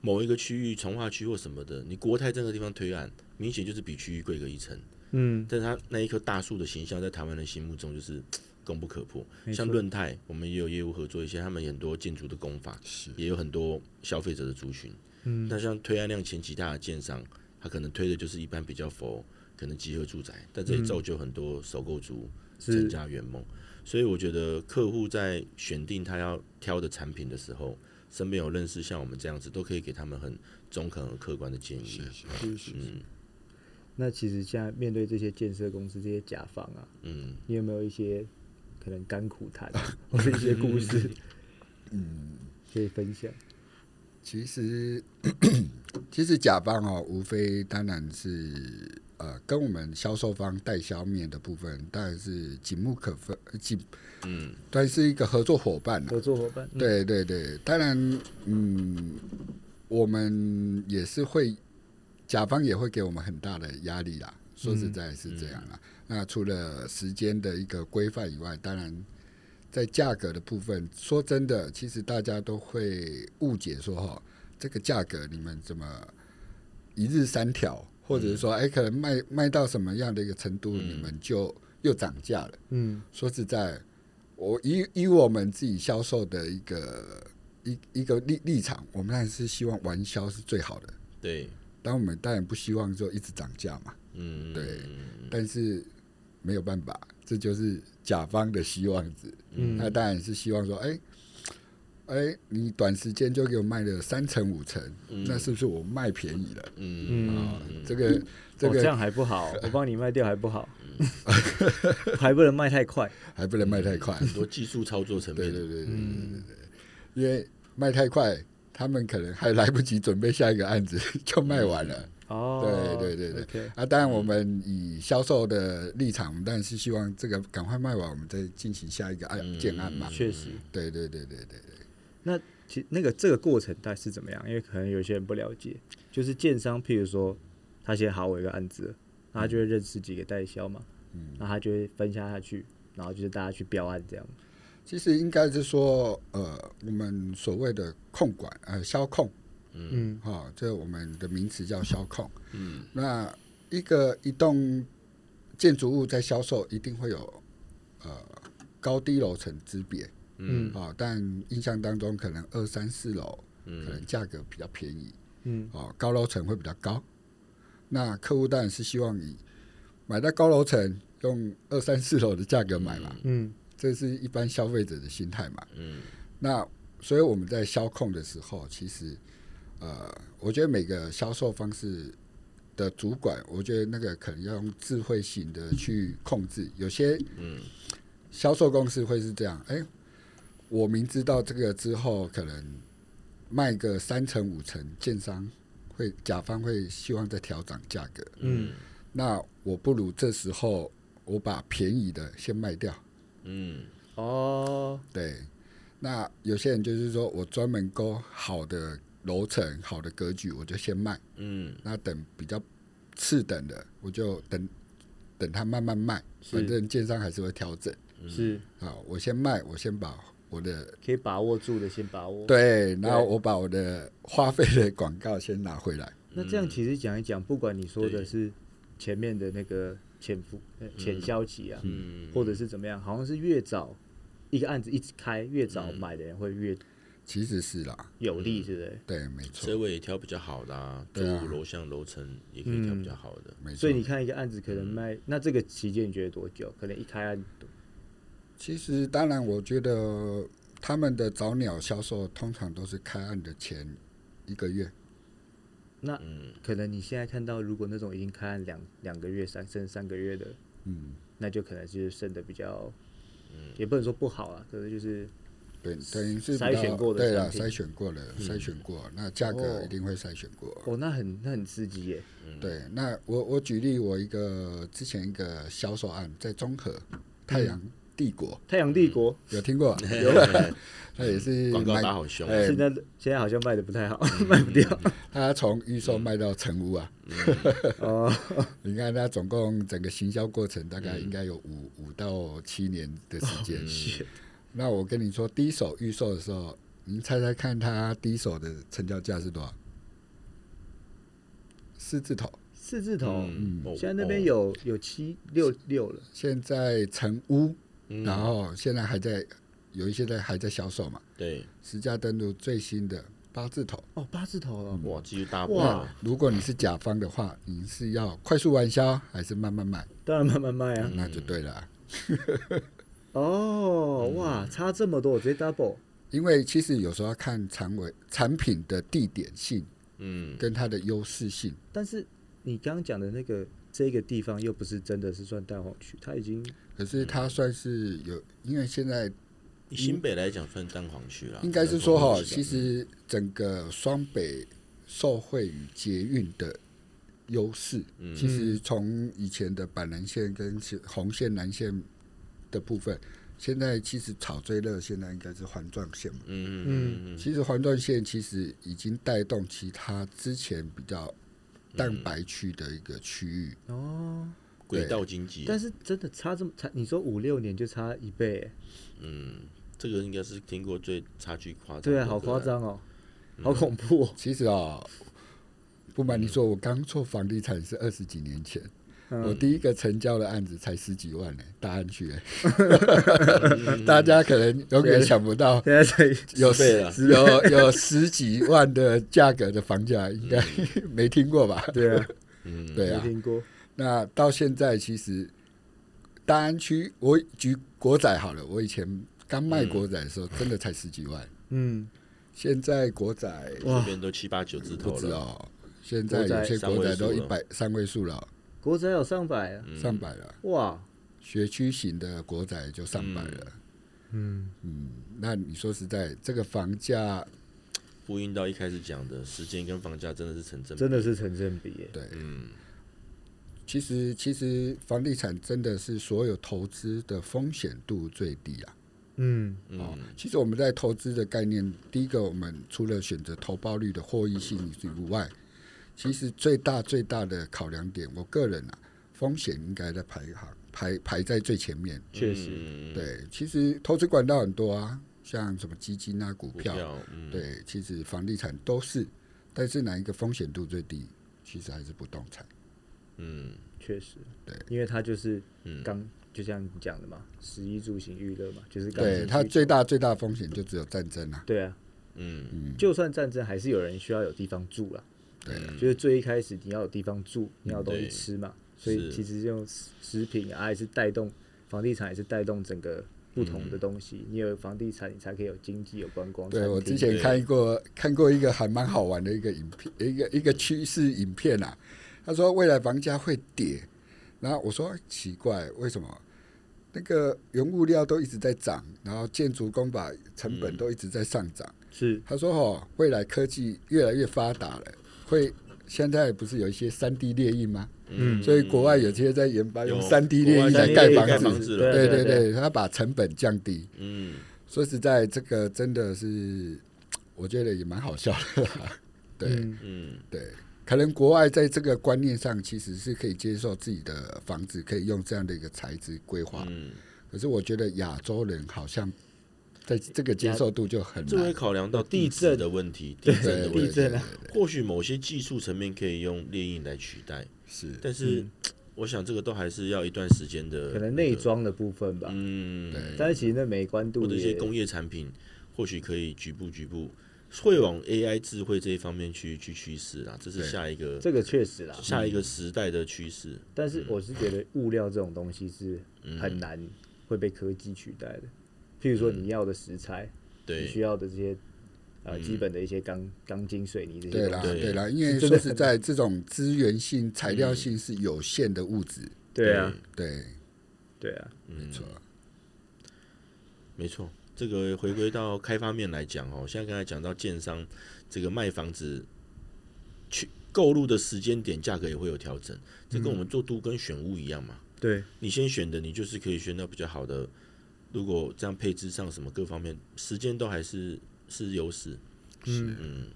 Speaker 1: 某一个区域，从化区或什么的，你国泰这个地方推案，明显就是比区域贵个一层。
Speaker 2: 嗯，
Speaker 1: 但是它那一棵大树的形象，在台湾人心目中就是功不可破。
Speaker 2: 没
Speaker 1: 像
Speaker 2: 错
Speaker 1: 润泰，我们也有业务合作一些，他们也很多建筑的工法，
Speaker 3: 是
Speaker 1: 也有很多消费者的族群。
Speaker 2: 嗯，
Speaker 1: 那像推案量前几大的建商，他可能推的就是一般比较佛，可能集合住宅，但这也造就很多首购族
Speaker 2: 嗯
Speaker 1: 成
Speaker 2: 是
Speaker 1: 家圆梦。所以我觉得客户在选定他要挑的产品的时候，身边有认识像我们这样子，都可以给他们很中肯和客观的建议
Speaker 3: 是。是是，
Speaker 1: 嗯
Speaker 2: 那其实现在面对这些建设公司、这些甲方啊，
Speaker 1: 嗯，
Speaker 2: 你有没有一些可能甘苦谈，或者一些故 事，嗯，可以分享？
Speaker 3: 其实 其实甲方哦，无非当然是呃，跟我们销售方代销面的部分，当然是紧密可分，紧
Speaker 1: 嗯，
Speaker 3: 但是一个合作伙伴、啊。
Speaker 2: 合作伙伴，嗯，
Speaker 3: 对对对，当然，嗯，我们也是会，甲方也会给我们很大的压力啦。说实在是这样啦。那除了时间的一个规范以外，当然在价格的部分，说真的，其实大家都会误解说哈，这个价格你们怎么一日三条，或者是说哎、可能卖卖到什么样的一个程度，你们就又涨价了。
Speaker 2: 嗯，
Speaker 3: 说实在，我以以我们自己销售的一个一一个立立场，我们当然是希望完销是最好的，
Speaker 1: 对，
Speaker 3: 但我们当然不希望说一直涨价嘛。
Speaker 1: 嗯，
Speaker 3: 对，但是没有办法，这就是甲方的希望值。
Speaker 2: 嗯
Speaker 3: 那当然是希望说，哎、哎、你短时间就给我卖了三成五成，那是不是我卖便宜了？
Speaker 1: 嗯
Speaker 3: 啊、这个这
Speaker 2: 哦，这
Speaker 3: 个
Speaker 2: 样还不好，我帮你卖掉还不好， 还不能卖太快。
Speaker 3: 还不能卖太快。
Speaker 1: 很多技术操作
Speaker 2: 嗯
Speaker 1: 层
Speaker 3: 对
Speaker 1: 面
Speaker 3: 对
Speaker 1: 的，
Speaker 3: 对对对对对，因为卖太快，他们可能还来不及准备下一个案子 就卖完了。
Speaker 2: 哦，
Speaker 3: 对对对
Speaker 2: OK
Speaker 3: 对，啊，当然我们以销售的立场，我们当然是希望这个赶快卖完，我们再进行下一个案建案嘛。
Speaker 2: 嗯确实。
Speaker 3: 对对对对对，
Speaker 2: 那其那个这个过程大概是怎么样？因为可能有些人不了解，就是建商，譬如说他先好我一个案子，那他就会认识几个代销嘛，那他就会分销下去，然后就是大家去标案这样。
Speaker 3: 其实应该是说，呃，我们所谓的控管，呃，销控，
Speaker 2: 嗯
Speaker 3: 哈、这我们的名词叫销控。嗯，那一个一栋建筑物在销售，一定会有呃高低楼层之别。
Speaker 2: 嗯
Speaker 3: 啊、但印象当中可能二三四楼可
Speaker 1: 嗯
Speaker 3: 能价格比较便宜，
Speaker 2: 嗯
Speaker 3: 哦，高楼层会比较高。那客户当然是希望你买在高楼层，用二三四楼的价格买嘛，
Speaker 2: 嗯
Speaker 3: 这是一般消费者的心态嘛。
Speaker 1: 嗯
Speaker 3: 那所以我们在销控的时候，其实呃，我觉得每个销售方式的主管，我觉得那个可能要用智慧型的去控制。有些
Speaker 1: 嗯
Speaker 3: 销售公司会是这样，哎、我明知道这个之后可能卖个三成五成，建商会甲方会希望再调涨价格，
Speaker 1: 嗯
Speaker 3: 那我不如这时候我把便宜的先卖掉。
Speaker 1: 嗯
Speaker 2: 哦，
Speaker 3: 对，那有些人就是说我专门勾好的楼层、好的格局，我就先卖，
Speaker 1: 嗯，
Speaker 3: 那等比较次等的，我就等等它慢慢卖，
Speaker 2: 是
Speaker 3: 反正建商还是会调整
Speaker 2: 是
Speaker 3: 啊。我先卖，我先把我的
Speaker 2: 可以把握住的，先把握。
Speaker 3: 对，然后我把我的花费的广告先拿回来。
Speaker 2: 那这样其实讲一讲，不管你说的
Speaker 1: 对
Speaker 2: 是前面的那个潜伏、呃潜消极啊，
Speaker 1: 嗯
Speaker 2: 或者是怎么样，好像是越早一个案子一直开，越早买的人会越
Speaker 3: 其实是啦，
Speaker 2: 有利，对不对？
Speaker 3: 对，嗯没错
Speaker 1: 车，位也挑比较好的、啊，住
Speaker 3: 对啊
Speaker 1: 户楼向楼层也可以挑比较好的。
Speaker 3: 没
Speaker 2: 所
Speaker 3: 错嗯
Speaker 2: 以。你看一个案子可能卖，那这个期间你觉得多久？可能一开案
Speaker 3: 其实当然，我觉得他们的早鸟销售通常都是开案的前一个月。
Speaker 2: 可能你现在看到，如果那种已经开案两两个月、三甚至三个月的，
Speaker 3: 嗯，
Speaker 2: 那就可能就是剩的比较，也不能说不好啊，可能就是
Speaker 3: 对，等于是比
Speaker 2: 筛
Speaker 3: 较
Speaker 2: 选过的
Speaker 3: 对
Speaker 2: 产
Speaker 3: 了，
Speaker 2: 品嗯
Speaker 3: 筛选过了，筛选过，那价
Speaker 2: 哦嗯
Speaker 3: 格一定会筛选过。
Speaker 2: 哦，那很那很刺激耶，
Speaker 3: 对，那我我举例我一个之前一个销售案，在中和太阳帝国
Speaker 2: 《太阳帝国》
Speaker 3: 有听过？
Speaker 2: 嗯
Speaker 3: 那也是
Speaker 1: 广告
Speaker 3: 卖
Speaker 1: 打好凶，
Speaker 3: 嗯
Speaker 1: 啊
Speaker 3: 哎嗯
Speaker 2: 现在现在好像卖的不太好， 卖不 掉。
Speaker 3: 他从预售卖到成屋啊。
Speaker 2: 哦，
Speaker 3: 你看他总共整个行销过程大
Speaker 2: 嗯
Speaker 3: 概应该有五五到七年的时间。那我跟你说，第一手预售的时候，您猜猜看，他第一手的成交价是多少？四字头。
Speaker 2: 四字头，
Speaker 1: 嗯哦
Speaker 2: 现在那边有有七六六了，
Speaker 3: 现在成屋，
Speaker 1: 嗯
Speaker 3: 然后现在还在有一些在还在销售嘛。
Speaker 1: 对，
Speaker 3: 实价登录最新的八字头，
Speaker 2: 哦，八字头了，
Speaker 1: 哇，继续大波
Speaker 2: 哇
Speaker 1: 了，
Speaker 3: 如果你是甲方的话，你是要快速完销还是慢慢卖？
Speaker 2: 当然慢慢卖
Speaker 1: 嗯
Speaker 2: 啊。
Speaker 3: 那就对了啊、
Speaker 2: 哦，哇，差这么多，直接 double。
Speaker 3: 因为其实有时候要看产为产品的地点性
Speaker 1: 嗯，
Speaker 3: 跟它的优势性，
Speaker 2: 但是你刚刚讲的那个这个地方又不是真的是算蛋黄区，它已经
Speaker 3: 可是
Speaker 1: 嗯
Speaker 3: 它算是有，因为现在
Speaker 1: 以新北来讲算蛋黄区了，
Speaker 3: 应该是说哈，
Speaker 1: 人口密集
Speaker 3: 其
Speaker 1: 的
Speaker 3: 实整个双北受惠与捷运的优势，其实从以前的板南线跟其红线、南线的部分，现在其实炒最热，现在应该是环状线嘛。
Speaker 1: 嗯嗯嗯
Speaker 3: 其实环状线其实已经带动其他之前比较蛋白区的一个区域，
Speaker 2: 哦，
Speaker 1: 嗯，轨道经济，
Speaker 2: 但是真的差这么差，你说五六年就差一倍耶，
Speaker 1: 嗯，这个应该是听过最差距夸张，
Speaker 2: 对啊，好夸，张哦，好恐怖哦，
Speaker 3: 其实啊、不瞒你说，我刚做房地产是二十几年前，
Speaker 1: 嗯
Speaker 3: 我第一个成交的案子才十几万呢、大安区、欸， 大家可能永远想不到
Speaker 2: 现在才
Speaker 3: 有
Speaker 1: 十倍了
Speaker 3: 十有有十几万的价格的房价，应该 没听过吧？
Speaker 2: 对啊，
Speaker 1: 嗯，
Speaker 3: 对
Speaker 2: 没
Speaker 3: 啊，
Speaker 2: 听过，
Speaker 3: 那到现在其实大安区，我举国仔好了，我以前刚
Speaker 1: 嗯
Speaker 3: 卖国仔的时候，真的才十几万，
Speaker 2: 嗯，
Speaker 3: 现在国仔
Speaker 1: 这边都七八九字头
Speaker 3: 不止
Speaker 1: 了，
Speaker 3: 哦，现在有些国仔都一百三位数了，
Speaker 2: 国宅有上百啊，
Speaker 3: 上百了。
Speaker 2: 哇，
Speaker 3: 学区型的国仔就上百了。
Speaker 2: 嗯，
Speaker 3: 那你说实在，这个房价
Speaker 1: 呼应到一开始讲的时间跟房价真的是成正比，
Speaker 2: 真的是成正比耶，
Speaker 3: 对，
Speaker 1: 嗯，
Speaker 3: 其实其实房地产真的是所有投资的风险度最低啊。
Speaker 2: 嗯，
Speaker 3: 哦，其实我们在投资的概念，第一个我们除了选择投报率的获益性以外，其实最大最大的考量点，我个人啊，风险应该在排行排排在最前面。
Speaker 2: 确实，
Speaker 1: 嗯，
Speaker 3: 对，其实投资管道很多啊，像什么基金啊、股
Speaker 1: 股
Speaker 3: 票，
Speaker 1: 票，嗯，
Speaker 3: 对，其实房地产都是，但是哪一个风险度最低？其实还是不动产。
Speaker 1: 嗯，
Speaker 2: 确实，
Speaker 3: 对，
Speaker 2: 因为它就是
Speaker 1: 嗯
Speaker 2: 刚就像你讲的嘛，食衣住行娱乐嘛，就是刚
Speaker 3: 对，
Speaker 2: 性
Speaker 3: 它
Speaker 2: 需求
Speaker 3: 最大最大的风险就只有战争啊。
Speaker 2: 对啊，
Speaker 1: 嗯，
Speaker 3: 嗯，
Speaker 2: 就算战争，还是有人需要有地方住啦。
Speaker 3: 对
Speaker 1: 嗯
Speaker 3: 啊
Speaker 2: 就是最一开始你要有地方住，你要有东西
Speaker 1: 对
Speaker 2: 吃嘛，所以
Speaker 1: 是
Speaker 2: 其实用食食品啊，也是带动房地产，也是带动整个不同的东西。你有房地产，你才可以有经济，有观光。
Speaker 3: 对
Speaker 2: 餐
Speaker 3: 我
Speaker 2: 厅
Speaker 3: 之前
Speaker 1: 嗯对
Speaker 3: 看过看过一个还蛮好玩的一个影片，一个一个趋势影片啊。他说未来房价会跌，然后我说哎奇怪，为什么？那个原物料都一直在涨，然后建筑工法成
Speaker 1: 嗯
Speaker 3: 本都一直在上涨。
Speaker 2: 是
Speaker 3: 他说：“哦，未来科技越来越发达了，会现在不是有一些三 D 列印吗？
Speaker 1: 嗯，
Speaker 3: 所以国外有些在研发
Speaker 1: 有
Speaker 3: 用三 D 列
Speaker 1: 国外
Speaker 3: 印来
Speaker 1: 3D
Speaker 3: 盖
Speaker 1: 列印
Speaker 3: 房
Speaker 1: 盖
Speaker 3: 子，
Speaker 1: 房子了
Speaker 3: 对
Speaker 2: 对对
Speaker 3: 对，他把成本降低。
Speaker 1: 嗯，
Speaker 3: 说实在，这个真的是我觉得也蛮好笑的啦。对、
Speaker 2: 嗯
Speaker 1: 嗯
Speaker 3: 对，可能国外在这个观念上其实是可以接受自己的房子可以用这样的一个材质规划，
Speaker 1: 嗯，
Speaker 3: 可是我觉得亚洲人好像在这个接受度就很
Speaker 1: 这
Speaker 3: 难
Speaker 1: 会。考量到
Speaker 2: 地
Speaker 1: 地
Speaker 2: 震
Speaker 1: 震的问题，地震
Speaker 3: 对
Speaker 1: 的
Speaker 3: 对
Speaker 1: 问
Speaker 2: 地
Speaker 1: 题，
Speaker 2: 震啊
Speaker 1: 或许某些技术层面可以用猎印来取代，
Speaker 3: 是
Speaker 1: 但是、
Speaker 3: 嗯
Speaker 1: 我想这个都还是要一段时间的，
Speaker 2: 可能内，装的部分吧，
Speaker 1: 嗯，
Speaker 2: 但是其实那美观度
Speaker 1: 或者一
Speaker 2: 嗯也
Speaker 1: 些工业产品，或许可以局部局部会往 AI 智慧这一方面去去趋势啦，这是
Speaker 3: 对
Speaker 1: 下一个
Speaker 2: 这个嗯确实啦，
Speaker 1: 下一个时代的趋势。
Speaker 2: 但是我是觉得物料这种东西是
Speaker 1: 嗯
Speaker 2: 很难会被科技取代的。譬如说你要的食材，你需
Speaker 1: 嗯对，嗯
Speaker 2: 要的这些呃基本的一些钢钢筋、水泥这
Speaker 3: 对
Speaker 2: 些
Speaker 3: 啦，
Speaker 2: 东西，
Speaker 1: 对
Speaker 3: 对啦，因为说实在，这种资源性、材料性是有限的物质，
Speaker 2: 对啊，
Speaker 3: 对，
Speaker 2: 对啊，
Speaker 1: 嗯
Speaker 3: 没错，
Speaker 1: 没错。这个回归到开发面来讲哦，像刚才讲到建商这个卖房子去购入的时间点，价格也会有调整。这
Speaker 2: 嗯
Speaker 1: 跟我们做都跟选屋一样嘛，
Speaker 2: 对，
Speaker 1: 你先选的，你就是可以选到比较好的。如果这样配置上什么各方面，时间都还是是优势。
Speaker 2: 嗯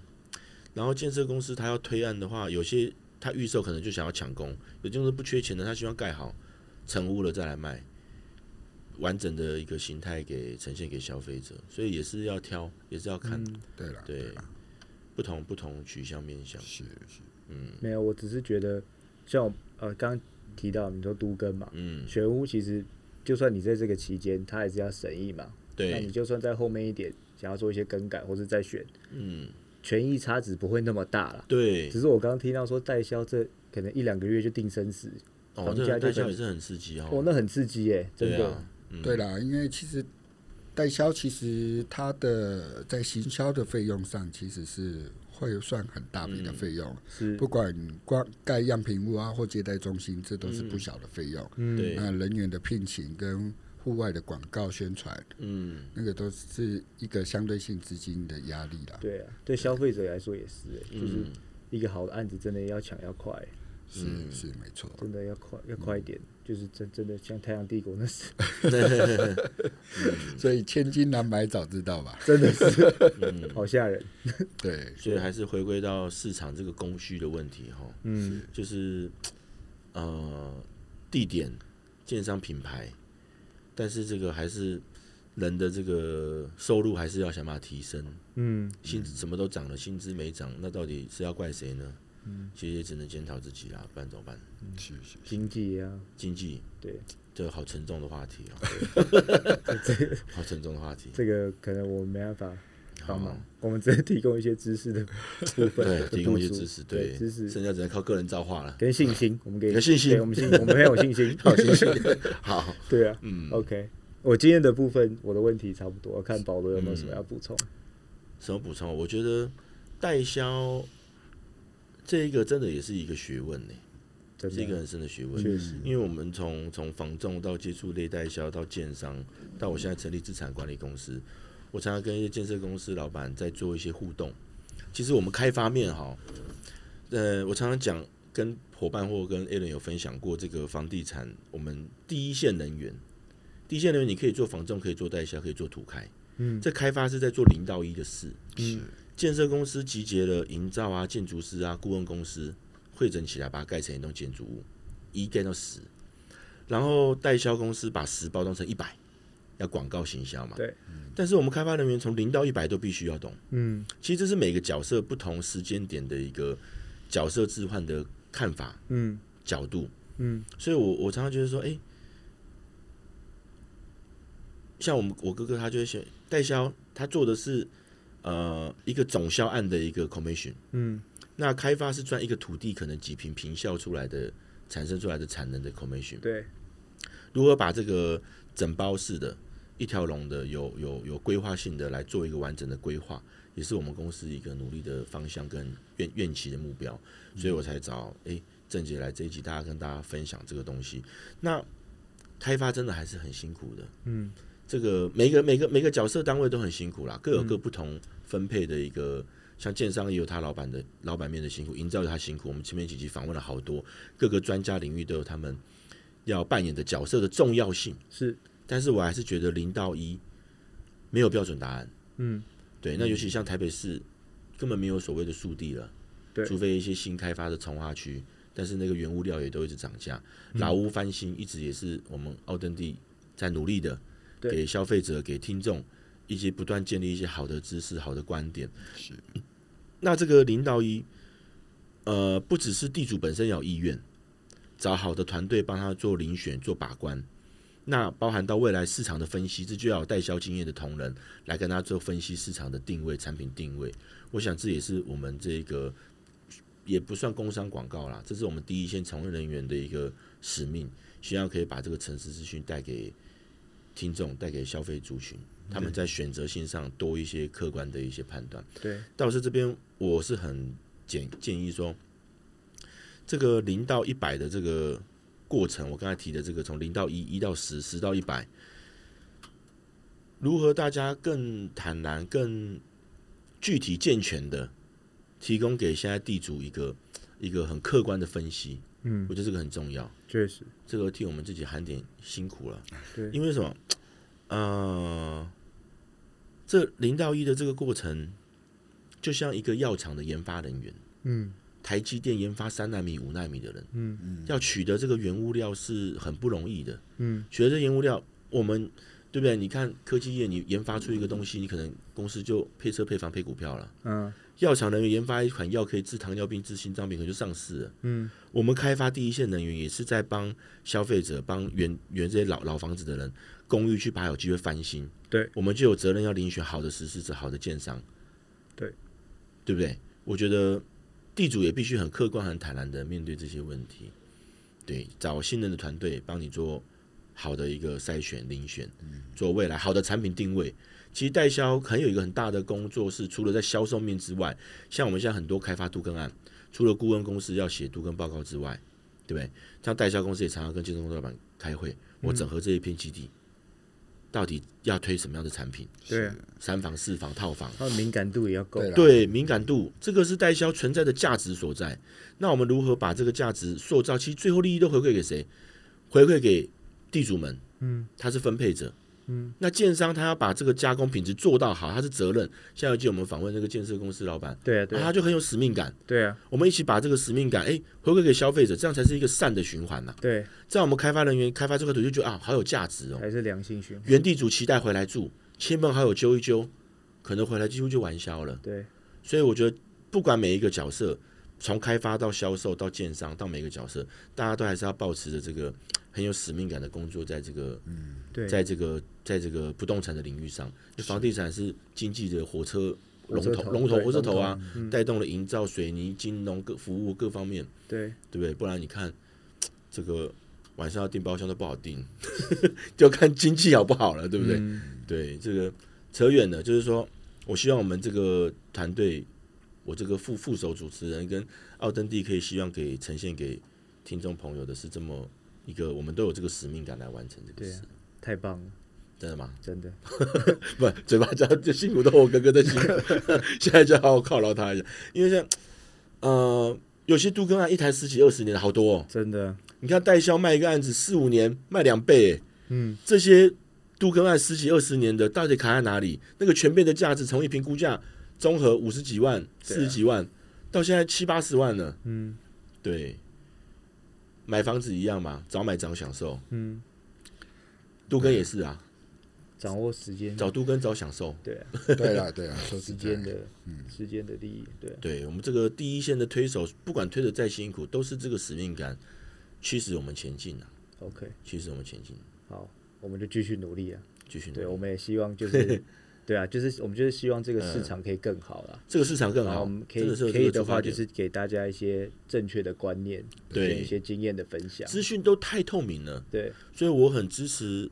Speaker 1: 然后建设公司他要推案的话，有些他预售可能就想要抢工，有些公司不缺钱的，他希望盖好成屋了再来卖，完整的一个形态给呈现给消费者，所以也是要挑，也是要看，
Speaker 2: 嗯
Speaker 3: 对啦，
Speaker 1: 对不同不同取向面向。
Speaker 3: 是是，
Speaker 1: 嗯
Speaker 2: 没有，我只是觉得像我呃刚刚提到你说都根嘛，
Speaker 1: 嗯，
Speaker 2: 全屋其实就算你在这个期间，它还是要审议嘛，那你
Speaker 1: 对，
Speaker 2: 就算在后面一点想要做一些更改或是再选，
Speaker 1: 嗯，
Speaker 2: 权益差值不会那么大啦。
Speaker 1: 对，
Speaker 2: 只是我刚刚听到说代销这可能一两个月就定生死，
Speaker 1: 哦，
Speaker 2: 房
Speaker 1: 这
Speaker 2: 价
Speaker 1: 个
Speaker 2: 就
Speaker 1: 代
Speaker 2: 等
Speaker 1: 销也是很刺激
Speaker 2: 哦，
Speaker 1: 哦，
Speaker 2: 那很刺激耶，真
Speaker 1: 对
Speaker 2: 的。
Speaker 1: 啊，嗯
Speaker 3: 对啦，因为其实代销其实它的在行销的费用上其实是会算很大笔的费用，
Speaker 1: 嗯
Speaker 2: 是
Speaker 3: 不管光盖样品屋啊或接待中心，这都是不小的费用。
Speaker 2: 嗯
Speaker 1: 嗯对，
Speaker 3: 那人员的聘请跟户外的广告宣传，
Speaker 1: 嗯，
Speaker 3: 那个都是一个相对性资金的压力啦。
Speaker 2: 对啊，对消费者来说也是耶，就是
Speaker 1: 嗯
Speaker 2: 一个好的案子真的要抢要快，
Speaker 3: 是是没错，
Speaker 2: 真的要快要快一点，就是真真的像太阳帝国那是
Speaker 3: 所以千金难买早知道吧。
Speaker 2: 真的是
Speaker 1: 嗯
Speaker 2: 好吓人，
Speaker 3: 对，
Speaker 1: 所以还是回归到市场这个供需的问题哈、哦。
Speaker 2: 嗯，
Speaker 1: 就是呃地点、建商品牌，但是这个还是人的这个收入还是要想办法提升。
Speaker 2: 嗯，
Speaker 1: 薪资什么都涨了，薪资没涨，那到底是要怪谁呢？
Speaker 2: 嗯
Speaker 1: 其实也只能检讨自己啦，不然怎么办？
Speaker 3: 是是
Speaker 2: 经济啊，
Speaker 1: 经济
Speaker 2: 对，
Speaker 1: 这个好沉重的话题哦， 好沉重的话题。
Speaker 2: 这个可能我们没办法帮忙
Speaker 1: 好，
Speaker 2: 我们只能提供一些知识的部分，
Speaker 1: 对，提供一些
Speaker 2: 的补足
Speaker 1: 知识，对，
Speaker 2: 知识
Speaker 1: 剩下只能靠个人造化了。
Speaker 2: 跟信心，我们给
Speaker 1: 有信心
Speaker 2: 对我们信，我们很有信心，
Speaker 1: 好，谢谢。好，
Speaker 2: 对啊，
Speaker 1: 嗯
Speaker 2: ，OK。我今天的部分，我的问题差不多，看保罗有没有
Speaker 1: 嗯
Speaker 2: 什么要补充。
Speaker 1: 什么补充？我觉得代销这一个真的也是一个学问呢、
Speaker 2: 真
Speaker 1: 是一个
Speaker 2: 的，
Speaker 1: 很深的学问。
Speaker 2: 确实
Speaker 1: 因为我们从从房仲到接触类代销到建商，到我现在成立资产管理公司，我常常跟一些建设公司老板在做一些互动。其实我们开发面哈，呃，我常常讲跟伙伴或跟 A 人有分享过这个房地产，我们第一线人员，第一线人员你可以做房仲，可以做代销，可以做土开，
Speaker 2: 嗯，
Speaker 1: 这开发是在做零到一的事。
Speaker 2: 嗯
Speaker 1: 建设公司集结了营造啊、建筑师啊、顾问公司，汇整起来把它盖成一栋建筑物，一盖到十，然后代销公司把十包装成一百，要广告行销嘛。
Speaker 2: 对。
Speaker 1: 但是我们开发人员从零到一百都必须要懂，
Speaker 2: 嗯，
Speaker 1: 其实这是每个角色不同时间点的一个角色置换的看法
Speaker 2: 嗯
Speaker 1: 角度。
Speaker 2: 嗯，
Speaker 1: 所以我我常常觉得说，哎、像我们我哥哥他就会选代销，他做的是呃一个总销案的一个 commission，
Speaker 2: 嗯，
Speaker 1: 那开发是赚一个土地可能几平平效出来的产生出来的产能的 commission，
Speaker 2: 对，
Speaker 1: 如何把这个整包式的一条龙的有有有规划性的来做一个完整的规划，也是我们公司一个努力的方向跟愿愿期的目标，所以我才找诶郑杰来这一集，大家跟大家分享这个东西。那开发真的还是很辛苦的，
Speaker 2: 嗯，
Speaker 1: 这个每个每个每个角色单位都很辛苦啦，各有各不同分配的一个像建商也有他老板的老板面的辛苦，营造有他辛苦。我们前面几集访问了好多各个专家领域都有他们要扮演的角色的重要性，
Speaker 2: 是
Speaker 1: 但是我还是觉得零到一没有标准答案。
Speaker 2: 嗯，
Speaker 1: 对，那尤其像台北市根本没有所谓的速地了，
Speaker 2: 对
Speaker 1: 除非一些新开发的从化区，但是那个原物料也都一直涨价，
Speaker 2: 嗯
Speaker 1: 老屋翻新一直也是我们奥登地在努力的，
Speaker 2: 对
Speaker 1: 给消费者、给听众一些不断建立一些好的知识、好的观点。
Speaker 3: 是
Speaker 1: 那这个零到一，呃，不只是地主本身要有意愿，找好的团队帮他做遴选、做把关。那包含到未来市场的分析，这就要有代销经验的同仁来跟他做分析市场的定位、产品定位。我想这也是我们这个也不算工商广告啦，这是我们第一线从业人员的一个使命，希望可以把这个城市资讯带给听众、带给消费族群，他们在选择性上多一些客观的一些判断。
Speaker 2: 对，
Speaker 1: 戴老师这边我是很建建议说，这个零到一百的这个过程，我刚才提的这个从零到一、一到十、十到一百，如何大家更坦然、更具体、健全的提供给现在地主一个一个很客观的分析，
Speaker 2: 嗯
Speaker 1: 我，觉得这个很重要。
Speaker 2: 确实，
Speaker 1: 这个替我们自己喊点辛苦了。
Speaker 2: 对
Speaker 1: 因为什么？呃，这零到一的这个过程，就像一个药厂的研发人员，
Speaker 2: 嗯
Speaker 1: 台积电研发三纳米、五纳米的人，
Speaker 2: 嗯
Speaker 1: 要取得这个原物料是很不容易的。
Speaker 2: 嗯，
Speaker 1: 取得这原物料，我们对不对？你看科技业，你研发出一个东西，你可能公司就配车、配房、配股票了。
Speaker 2: 嗯
Speaker 1: 药厂人员研发一款药可以治糖尿病、治心脏病，可能就上市了。
Speaker 2: 嗯，
Speaker 1: 我们开发第一线能源也是在帮消费者、帮原原这些老老房子的人公寓去把有机会翻新。
Speaker 2: 对，
Speaker 1: 我们就有责任要遴选好的实施者、好的建商。
Speaker 2: 对，
Speaker 1: 对不对？我觉得地主也必须很客观、很坦然的面对这些问题。对，找信任的团队帮你做好的一个筛选、遴选，
Speaker 2: 嗯
Speaker 1: 做未来好的产品定位。其实代销很有一个很大的工作是，除了在销售面之外，像我们现在很多开发都更案，除了顾问公司要写都跟报告之外，对不对？像代销公司也常常跟建设公司老板开会，我整合这一片基地，到底要推什么样的产品？
Speaker 2: 对啊，
Speaker 1: 三房、四房、套房，
Speaker 2: 他的敏感度也要够
Speaker 3: 对，啦啊
Speaker 1: 对敏感度，这个是代销存在的价值所在。那我们如何把这个价值塑造？其实最后利益都回馈给谁？回馈给地主们，嗯，他是分配者，嗯，那建商他要把这个加工品质做到好，他是责任。下一季我们访问那个建设公司老板，
Speaker 2: 对啊对
Speaker 1: 啊
Speaker 2: 啊
Speaker 1: 他就很有使命感。
Speaker 2: 对啊
Speaker 1: 我们一起把这个使命感，哎，回馈给消费者，这样才是一个善的循环呐、
Speaker 2: 对，
Speaker 1: 这样我们开发人员开发这块土地就觉得啊，好有价值哦。
Speaker 2: 还是良性循环，
Speaker 1: 原地主期待回来住，亲朋好友揪一揪，可能回来几乎就玩消了。
Speaker 2: 对
Speaker 1: 所以我觉得，不管每一个角色，从开发到销售到建商到每个角色，大家都还是要保持着这个很有使命感的工作，在这个
Speaker 2: 对，
Speaker 1: 在这个在这个不动产的领域上，房地产是经济的火车龙
Speaker 2: 火车
Speaker 1: 头
Speaker 2: 头
Speaker 1: 龙头
Speaker 2: 对
Speaker 1: 火车头啊
Speaker 2: 龙头嗯，
Speaker 1: 带动了营造、水泥、金融各服务各方面，
Speaker 2: 对
Speaker 1: 对不对？不然你看这个。晚上要订包厢都不好订， 就看经济好不好了，对不对？
Speaker 2: 嗯
Speaker 1: 对，这个扯远了，就是说我希望我们这个团队，我这个副副手主持人跟奥登蒂可以希望给呈现给听众朋友的是这么一个，我们都有这个使命感来完成这个
Speaker 2: 对
Speaker 1: 事
Speaker 2: 啊，，太棒了，
Speaker 1: 真的吗？
Speaker 2: 真的，
Speaker 1: 不，嘴巴讲就辛苦都我哥哥在 辛苦，现在就要好好犒劳他一下，因为像呃有些都跟案一台十几二十年的好多、哦，
Speaker 2: 真的，
Speaker 1: 你看代销卖一个案子四五年卖两倍耶，
Speaker 2: 嗯，
Speaker 1: 这些都跟案十几二十年的到底卡在哪里？那个全变的价值从一瓶估价综合五十几万、四十几万，到现在七八十万了。
Speaker 2: 啊嗯
Speaker 1: 对，买房子一样嘛，早买早享受。
Speaker 2: 嗯，
Speaker 1: 都跟也是啊，
Speaker 2: 掌握时间，
Speaker 1: 早都跟早享受。
Speaker 2: 对啊，
Speaker 3: 对啦对啦，说
Speaker 2: 时
Speaker 3: 实
Speaker 2: 间
Speaker 3: 在，
Speaker 2: 的
Speaker 1: 嗯
Speaker 2: 时间的利益，对啊，
Speaker 1: 对我们这个第一线的推手，不管推的再辛苦，都是这个使命感驱使我们前进啊，
Speaker 2: ，OK，
Speaker 1: 驱使我们前进，
Speaker 2: 好，我们就继续努力啊，
Speaker 1: 继续努力
Speaker 2: 对，我们也希望 就是。对啊，就是我们就是希望这个市场可以更好啦。
Speaker 1: 这个市场更
Speaker 2: 然后我
Speaker 1: 嗯好
Speaker 2: 们，可
Speaker 1: 真
Speaker 2: 以
Speaker 1: 的是有
Speaker 2: 可
Speaker 1: 这
Speaker 2: 以
Speaker 1: 个
Speaker 2: 的
Speaker 1: 出发
Speaker 2: 话，就
Speaker 1: 点。
Speaker 2: 是给大家一些正确的观念，
Speaker 1: 对
Speaker 2: 跟一些经验的分享。
Speaker 1: 资讯都太透明了，
Speaker 2: 对，
Speaker 1: 所以我很支持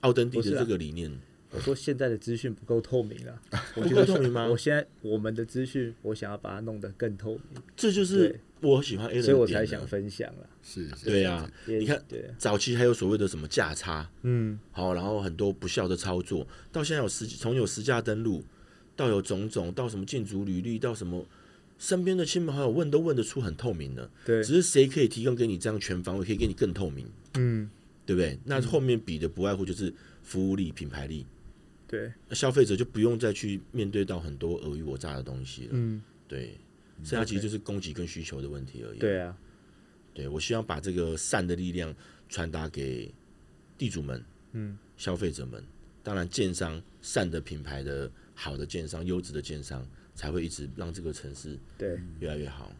Speaker 1: 奥登蒂
Speaker 2: 不是
Speaker 1: 的
Speaker 2: 啊
Speaker 1: 这个理念。
Speaker 2: 我说现在的资讯不够透明了，我
Speaker 1: 不
Speaker 2: 觉
Speaker 1: 够
Speaker 2: 得
Speaker 1: 透明吗
Speaker 2: 我现在我们的资讯，我想要把它弄得更透明，
Speaker 1: 这就是
Speaker 2: 对
Speaker 1: 我喜欢 A 人，
Speaker 2: 所以我才想。分享了。
Speaker 3: 是是
Speaker 1: 啊对啊，
Speaker 2: 也
Speaker 1: 你看
Speaker 2: 对，
Speaker 1: 早期还有所谓的什么价差，
Speaker 2: 嗯，
Speaker 1: 好，然后很多不孝的操作，到现在有实从有实价登录到有种种，到什么建筑履历，到什么身边的亲朋好友问都问得出很透明的，
Speaker 2: 对，
Speaker 1: 只是谁可以提供给你这样全方位，可以给你更透明，
Speaker 2: 嗯，
Speaker 1: 对不对？那后面比的不外乎就是服务力、品牌力，
Speaker 2: 对，
Speaker 1: 那消费者就不用再去面对到很多尔虞我诈的东西了。
Speaker 2: 嗯，
Speaker 1: 对，剩下其实就是供给跟需求的问题而已。
Speaker 2: 对啊，
Speaker 1: 对我希望把这个善的力量传达给地主们，嗯，消费者们，当然建商善的品牌的好的建商、优质的建商，才会一直让这个城市
Speaker 2: 对
Speaker 1: 越来越好。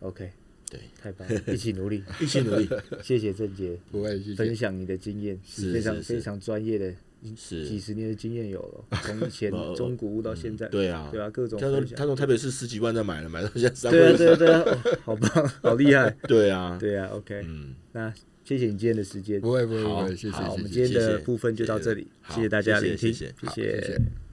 Speaker 2: ，OK，
Speaker 1: 对，
Speaker 2: 太棒了，一起努 力，
Speaker 1: 一起 努力，
Speaker 2: 谢谢郑杰
Speaker 3: 不会谢
Speaker 2: 分
Speaker 3: 谢。
Speaker 2: 享你的经验，
Speaker 1: 是
Speaker 2: 非常
Speaker 1: 是是
Speaker 2: 非常专业的，几
Speaker 1: 是，
Speaker 2: 十年的经验有 了，从以前
Speaker 1: 呃
Speaker 2: 中古屋到现在，
Speaker 1: 对啊。
Speaker 2: 对啊，各种
Speaker 1: 他从
Speaker 2: 分享
Speaker 1: 他从台北市十几万再买了，买到现在三
Speaker 2: 对啊，
Speaker 1: 万，
Speaker 2: 对啊，对啊，哦好棒，好厉害，
Speaker 1: 对啊，
Speaker 2: 对啊，OK，
Speaker 1: 嗯，
Speaker 2: 那谢谢你今天的时间，
Speaker 3: 不会不会不
Speaker 1: 好
Speaker 3: 会，谢谢
Speaker 2: 好，我
Speaker 3: 谢
Speaker 2: 们
Speaker 3: 谢
Speaker 2: 今。天
Speaker 1: 谢
Speaker 2: 的
Speaker 1: 谢
Speaker 2: 部分就到这里，
Speaker 1: 好
Speaker 2: 谢大家
Speaker 1: 谢谢
Speaker 2: 聆听，
Speaker 1: 谢谢
Speaker 3: 好
Speaker 2: 谢
Speaker 3: 谢谢